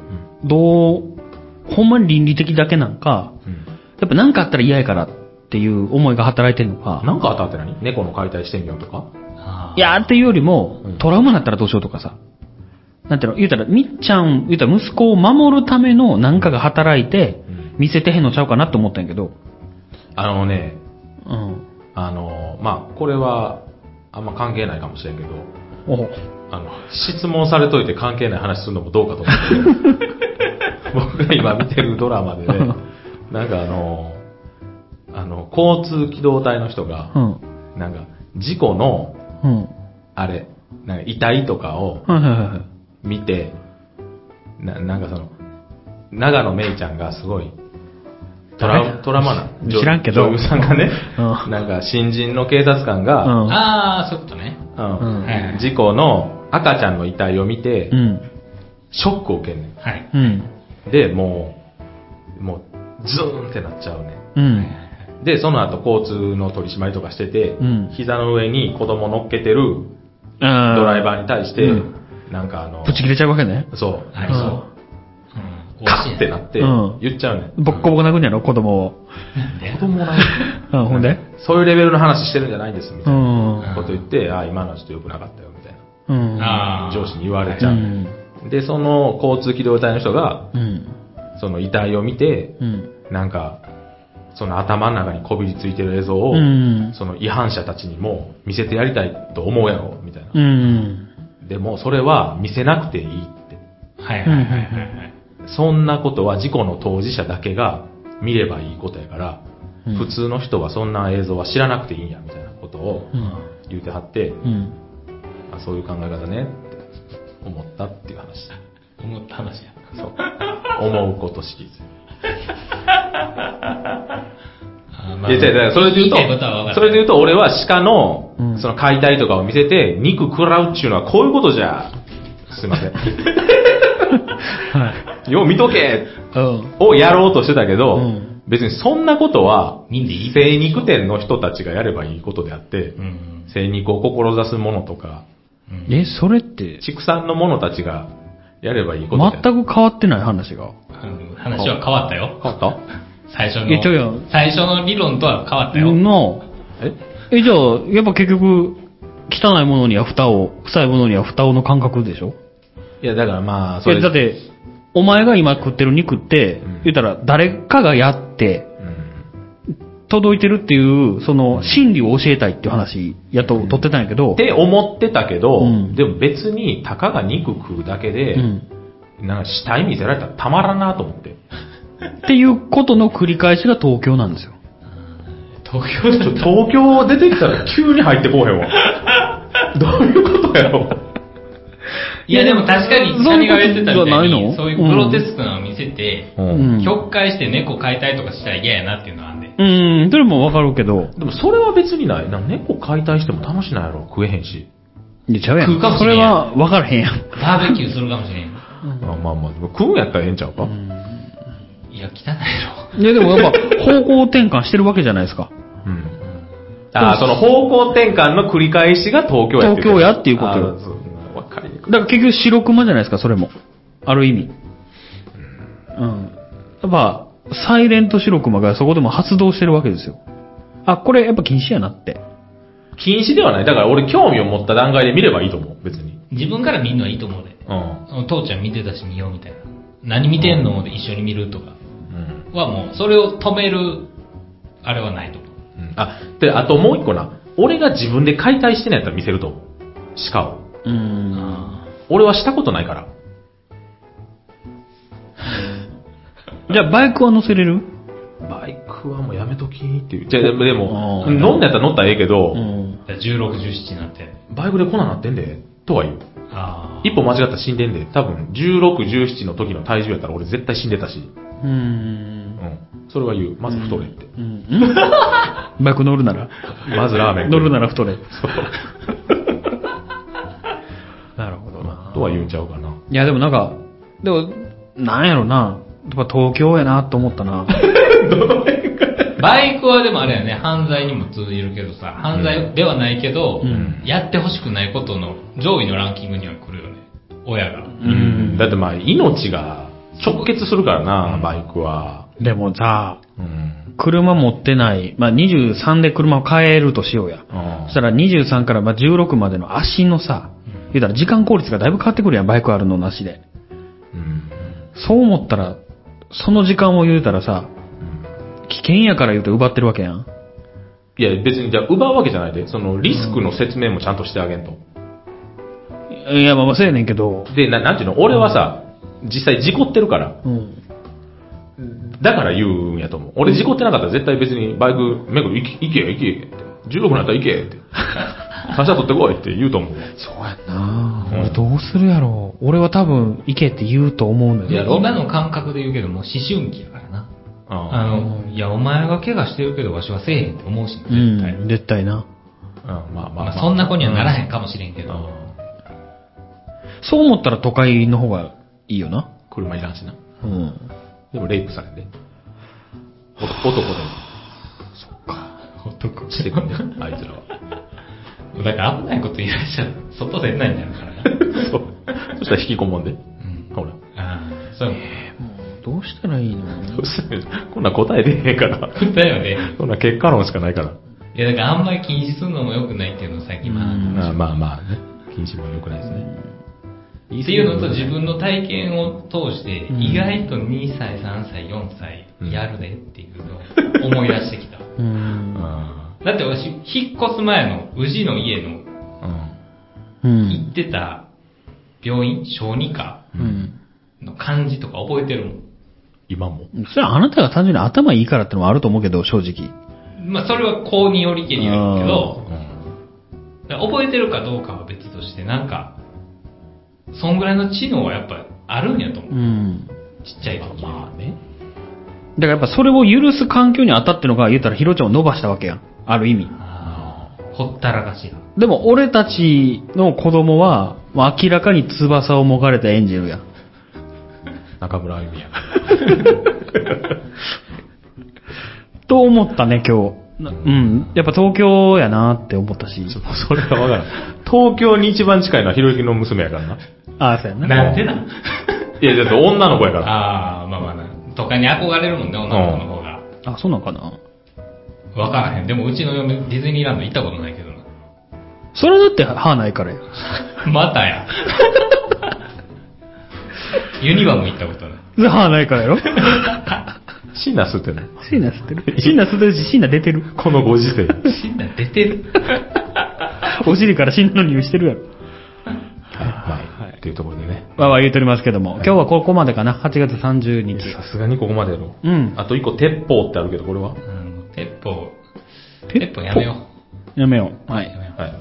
Speaker 2: どう、ほんまに倫理的だけなんか、
Speaker 3: うん。
Speaker 2: やっぱ何かあったら嫌やからっていう思いが働いてんのか、
Speaker 3: なんかあったって何猫の解体してみようとか
Speaker 1: あー
Speaker 2: いやーっていうよりも
Speaker 3: うん、
Speaker 2: トラウマになったらどうしようとかさ。なんていうの、言うたら、みっちゃん、言うたら息子を守るための何かが働いて
Speaker 3: うん、
Speaker 2: 見せてへんのちゃうかなって思ったんやけど。
Speaker 3: あのね、
Speaker 2: うん。
Speaker 3: あの、まあ、これは、あんま関係ないかもしれんけど、
Speaker 2: お
Speaker 3: あの、質問されといて関係ない話するのもどうかと思って僕が今見てるドラマでね、なんかあの、あの、交通機動隊の人
Speaker 2: う
Speaker 3: が、
Speaker 2: ん。
Speaker 3: なんか、事故の、
Speaker 2: うん。
Speaker 3: あれ、なんか遺体とかを
Speaker 2: はいはいはい。
Speaker 3: 見て、ななんかその、長野めいちゃんがすごい、トラウトラウマな、
Speaker 2: 知らんけど
Speaker 3: 女優さんがね、
Speaker 2: う
Speaker 3: なんか新人の警察官が、
Speaker 2: うん。
Speaker 1: あー、そういうことね。
Speaker 3: うん
Speaker 2: うん
Speaker 1: はいはい
Speaker 3: 事故の赤ちゃんの遺体を見て、
Speaker 2: うん。
Speaker 3: ショックを受けんね
Speaker 1: はい。
Speaker 2: うん。
Speaker 3: ん。で、もう、もう、ズーンってなっちゃうね
Speaker 2: うん。
Speaker 3: ん。で、その後交通の取り締まりとかしてて、
Speaker 2: うん
Speaker 3: 膝の上に子供乗っけてる
Speaker 2: ド
Speaker 3: ドライ
Speaker 2: ー。
Speaker 3: バーに対して、
Speaker 2: うん
Speaker 3: なんかあの、
Speaker 2: プチ切れちゃうわけね。
Speaker 3: そう、
Speaker 1: はい、
Speaker 2: うん
Speaker 1: そう。うん。
Speaker 3: カッってなって
Speaker 2: うん、
Speaker 3: 言っちゃうねん。
Speaker 2: ボッコボコ殴るんやろ、子供を。
Speaker 1: で
Speaker 3: 子供なん
Speaker 2: うん、ほんで
Speaker 3: そういうレベルの話してるんじゃないんです、み
Speaker 2: う
Speaker 3: たい
Speaker 2: ん。
Speaker 3: なこと言って、ああ、今のはちょっと良くなかったよ、みたい
Speaker 2: うん。
Speaker 1: あ
Speaker 3: な。
Speaker 1: ー
Speaker 3: 上司に言われちゃ
Speaker 2: う
Speaker 3: う。
Speaker 2: ん。
Speaker 3: で、その交通機動隊の人が、
Speaker 2: うん。
Speaker 3: その遺体を見て、
Speaker 2: うん。
Speaker 3: なんか、その頭の中にこびりついてる映像を、
Speaker 2: うん
Speaker 3: その違反者たちにも見せてやりたいと思うやろ、みたいな。
Speaker 2: うん。
Speaker 3: でも、それは見せなくていいって。
Speaker 1: はいはいはいはいはい。
Speaker 3: そんなことは事故の当事者だけが見ればいいことやから、
Speaker 2: うん
Speaker 3: 普通の人はそんな映像は知らなくていいんや、みたいなことを
Speaker 2: うん。
Speaker 3: 言うてはって、
Speaker 2: うん。
Speaker 3: あそういう考え方ね、って思ったっていう話。
Speaker 1: 思った話や。
Speaker 3: そう。思うことシリーズ。
Speaker 1: あー
Speaker 3: いや、違う違うそれで言うと
Speaker 1: 言いたいことは分か、る
Speaker 3: それで言うと、俺は鹿の
Speaker 2: うん、
Speaker 3: その解体とかを見せて、肉食らうっちゅうのはこういうことじゃ。すいませ ん。
Speaker 2: はい。
Speaker 3: よう見とけ
Speaker 2: うん。
Speaker 3: をやろうとしてたけど
Speaker 2: うん、
Speaker 3: 別にそんなことは、
Speaker 1: 見んでいい
Speaker 3: 精肉店の人たちがやればいいことであって
Speaker 1: う、ん。
Speaker 3: 精肉を志す者とか、
Speaker 1: うん
Speaker 2: え、それって、
Speaker 3: 畜産の者たちがやればいいことであって。
Speaker 2: 全く変わってない話が。
Speaker 1: あの話は変わったよ。
Speaker 3: 変わっ
Speaker 1: 最初
Speaker 2: いやちょい
Speaker 1: の
Speaker 2: よ。
Speaker 1: 最初の理論とは変わったよ。
Speaker 2: の、
Speaker 3: たえ
Speaker 2: え、じゃあ、やっぱ結局、汚いものには蓋を、臭いものには蓋をの感覚でしょ
Speaker 3: いや、だからまあ、
Speaker 2: いや、だって、お前が今食ってる肉って
Speaker 3: うん、
Speaker 2: 言ったら誰かがやって、
Speaker 3: うん
Speaker 2: 届いてるっていう、その、心理を教えたいっていう話、やっと取ってたんやけど
Speaker 3: っ、て思ってたけど、
Speaker 2: うん
Speaker 3: でも別にたかが肉食うだけで、
Speaker 2: うん
Speaker 3: なんか死体見せられたらたまらんなと思って。
Speaker 2: っていうことの繰り返しが東京なんですよ。
Speaker 1: 東京
Speaker 3: ち
Speaker 1: だ
Speaker 3: ょ
Speaker 1: と
Speaker 3: 東京出てきたら急に入ってこうへん わ。どういうことやろ
Speaker 1: いやでも確かに、
Speaker 2: そう
Speaker 1: 谷
Speaker 2: いうこ
Speaker 1: が
Speaker 2: と
Speaker 1: 言ってたみたい
Speaker 2: じゃないの
Speaker 1: に、そういうグロテスクなのを見せて、
Speaker 3: う
Speaker 2: うん
Speaker 1: 曲解して猫飼いたいとかしたら嫌やなっていうのはあんで。
Speaker 2: うん、それもわかるけど、
Speaker 3: でもそれは別にない。なんか猫解体しても楽しないやろ。食えへんし。
Speaker 2: いやちゃうやん
Speaker 1: 食うかも
Speaker 2: そ
Speaker 1: しれ
Speaker 2: れ
Speaker 1: んやん
Speaker 2: はわからへんやん。
Speaker 1: バーベキューするかもしれん。
Speaker 3: あまあまあ、でも食うんやったらええんちゃうか。うん。
Speaker 1: いや、汚い
Speaker 2: いやでもやっぱ 方向転換してるわけじゃないですか。
Speaker 3: ああ、その方向転換の繰り返しが東京やって
Speaker 2: 東京やっていうことよ
Speaker 3: あーそうわかりにくい。
Speaker 2: だから結局白熊じゃないですか、それも。ある意味。うん。やっぱ、サイレント白熊がそこでも発動してるわけですよ。あ、これやっぱ禁止やなって。
Speaker 3: 禁止ではない。だから俺興味を持った段階で見ればいいと思う。別
Speaker 1: ろ。
Speaker 3: に。
Speaker 1: 自分から見るのはいいと思うで。
Speaker 3: うん。
Speaker 1: その父ちゃん見てたし見ようみたいな。何見てんので一緒に見るとか
Speaker 3: うん。
Speaker 1: はもう、それを止める、あれはないと思う。
Speaker 3: うんあ、で、あともう一個な。俺が自分で解体してないやったら見せると思う。鹿を。
Speaker 2: うーん。
Speaker 1: あ
Speaker 3: 俺はしたことないから。
Speaker 2: じゃあバイクは乗せれる
Speaker 3: バイクはもうやめときっていう。じゃあでも、でも
Speaker 2: うん
Speaker 3: 飲んだやったら乗ったらええけど、
Speaker 2: うん。
Speaker 1: ーだから16、17になって。
Speaker 3: バイクでこんなんなってんで、とは言う。
Speaker 1: ああ。
Speaker 3: 一歩間違ったら死んでんで、多分16、17の時の体重やったら俺絶対死んでたし。
Speaker 2: うー。
Speaker 3: うんん。それは言う。まず太れって。
Speaker 2: うん。バイク乗るなら
Speaker 3: まずラーメン食
Speaker 2: 乗
Speaker 3: う
Speaker 2: るなら太れ。なるほど
Speaker 3: まあとは言うちゃうかな。
Speaker 2: いや、でもなんか、でも、なんやろな。やっぱ東京やなと思った な。
Speaker 1: バイクはでもあれやね、犯罪にも通じるけどさ、犯罪ではないけど、
Speaker 2: うん
Speaker 1: やってほしくないことの上位のランキングには来るよね。親が。
Speaker 2: う
Speaker 3: うん。だってまあ命が直結するからな、バイクは。
Speaker 2: でもさ、
Speaker 3: うん。
Speaker 2: 車持ってない、まあ、23で車を変えるとしようや。
Speaker 3: うん
Speaker 2: そしたら23からまあ16までの足のさ、言うたら時間効率がだいぶ変わってくるやん、バイクあるのなしで。
Speaker 3: うん。
Speaker 2: そう思ったら、その時間を言うたらさ、危険やから言うて奪ってるわけやん。
Speaker 3: いや、別にじゃあ奪うわけじゃないで、そのリスクの説明もちゃんとしてあげんと。
Speaker 2: いや、まあまあそうやねんけど、
Speaker 3: で、ななんていうの俺はさ、実際事故ってるから、
Speaker 2: うん。
Speaker 3: だから言うんやと思う。俺事故ってなかったら絶対別にバイク、めぐる、行け、行け、行けって。16になったら行け って。三車取ってこいって言うと思う。
Speaker 2: そうやんな、
Speaker 3: うん
Speaker 2: 俺どうするやろ俺は多分、行けって言うと思うのよ。
Speaker 1: いや
Speaker 3: ろ
Speaker 1: 今の感覚で言うけど、もう思春期やからな。あ
Speaker 3: あ
Speaker 1: の、いや、お前が怪我してるけど、わしはせえへんって思うし、絶対。
Speaker 2: うん、絶対な。
Speaker 3: あ、うん、まあまあ、まあ、
Speaker 1: まあ、そんな子にはならへんかもしれんけ
Speaker 3: う
Speaker 1: ど、
Speaker 3: ん
Speaker 2: そう思ったら都会の方がいいよな。
Speaker 3: 車いらんしな。
Speaker 2: うん。
Speaker 3: でもレイプされんで。お男でも
Speaker 1: 男
Speaker 3: してく んで、あいつらは。
Speaker 1: だから危ないこと言い出したら、外出ないんだからな。
Speaker 3: そう。そしたら引きこもんで。
Speaker 1: うん。
Speaker 3: ほら。
Speaker 1: ああ、そう。
Speaker 2: どうしたらいい の
Speaker 3: どうするこんなん答え出えへんから。
Speaker 1: だよね。
Speaker 3: そんな結果論しかないから。
Speaker 1: いや、だからあんまり禁止するのも良くないっていうのをさっき今、
Speaker 2: うん
Speaker 3: まあまあまあね。禁止も良くないですね。
Speaker 1: っていうのと自分の体験を通して、
Speaker 2: ん
Speaker 1: 意外と2歳、3歳、4歳
Speaker 3: うん
Speaker 1: やるでっていうのを思い出してき た。
Speaker 2: う。
Speaker 3: うんん。
Speaker 1: だって私、引っ越す前の宇治の家の
Speaker 3: う
Speaker 2: う
Speaker 3: ん。
Speaker 2: ん
Speaker 1: 行。ってた病院、小児科
Speaker 2: うん。
Speaker 1: の感じとか覚えてるもん。
Speaker 3: 今も。
Speaker 2: それはあなたが単純に頭いいからってのもあると思うけど、正直。
Speaker 1: まあ、それはこうによりけりやけど、
Speaker 3: うん。
Speaker 1: だから覚えてるかどうかは別として、なんか、そんぐらいの知能はやっぱあるんやと思う。
Speaker 2: ん。
Speaker 1: ちっちゃい時より
Speaker 3: まあね。
Speaker 2: だからやっぱそれを許す環境にあたってのが、言ったらヒロちゃんを伸ばしたわけやん。ある意味。
Speaker 1: あーほったらかしが。
Speaker 2: でも俺たちの子供は、もう明らかに翼をもがれたエンジェルやん。
Speaker 3: 中村あゆみや。
Speaker 2: と思ったね、今日。なうん。やっぱ東京やなって思ったし。
Speaker 3: もうそれはわからん。東京に一番近いのはひろゆきの娘やからな。
Speaker 2: ああ、そうやな。
Speaker 1: なんでない
Speaker 3: や、だって女の子やから。
Speaker 1: ああ、まあまあな。都会に憧れるもんね、女の子の方が。
Speaker 2: あ、そうなんかな。
Speaker 1: わからへん。でもうちの嫁、ディズニーランド行ったことないけどな。
Speaker 2: それはだって歯ないからや。
Speaker 1: またや。ユニバも行ったことない。
Speaker 2: ズハーないからや ろ
Speaker 3: シンナー吸ってない。
Speaker 2: シンナ吸ってる。 シンナ吸ってるし、シンナ出てる。
Speaker 3: このご時 世。
Speaker 1: 死んだ出てる。
Speaker 2: お尻からシンナの匂いしてるやろ。
Speaker 3: はい。はい。っていうところでね。
Speaker 2: わーわー言うとりますけども、今日はここまでかな。8月30日。
Speaker 3: さすがにここまでやろ。
Speaker 2: うん
Speaker 3: あと一個、鉄砲ってあるけど、これは
Speaker 1: うん、鉄砲。
Speaker 2: 鉄
Speaker 1: 鉄砲
Speaker 2: 砲
Speaker 1: やめよ
Speaker 2: やめよう。は
Speaker 1: う。や
Speaker 2: い。
Speaker 1: めよう
Speaker 3: はい。
Speaker 2: い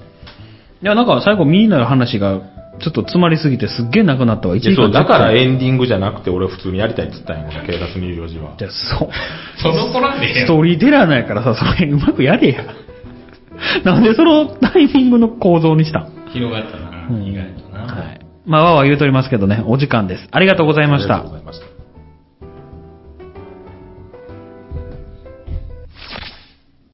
Speaker 2: や、なんか最後みんなの話が、ちょっと詰まりすぎてすっげえなくなったわ。1
Speaker 3: いや
Speaker 2: 時
Speaker 3: そ
Speaker 2: 間
Speaker 3: う、だからエンディングじゃなくて、俺は普通にやりたいって言ったんや、この警察24時は
Speaker 2: じ。ゃあそう。
Speaker 1: その頃でええ
Speaker 2: ス
Speaker 1: や
Speaker 2: ト
Speaker 1: ん
Speaker 2: ーリーテラーなんやからさ、その辺うまくやれや。なんでそのタイミングの構造にしたん
Speaker 1: 広がったな、意外とな。
Speaker 2: はい。まあ、わーわー言うとりますけどね、お時間です。ありがとうございまし
Speaker 3: ありが
Speaker 2: た
Speaker 3: とう。ございました。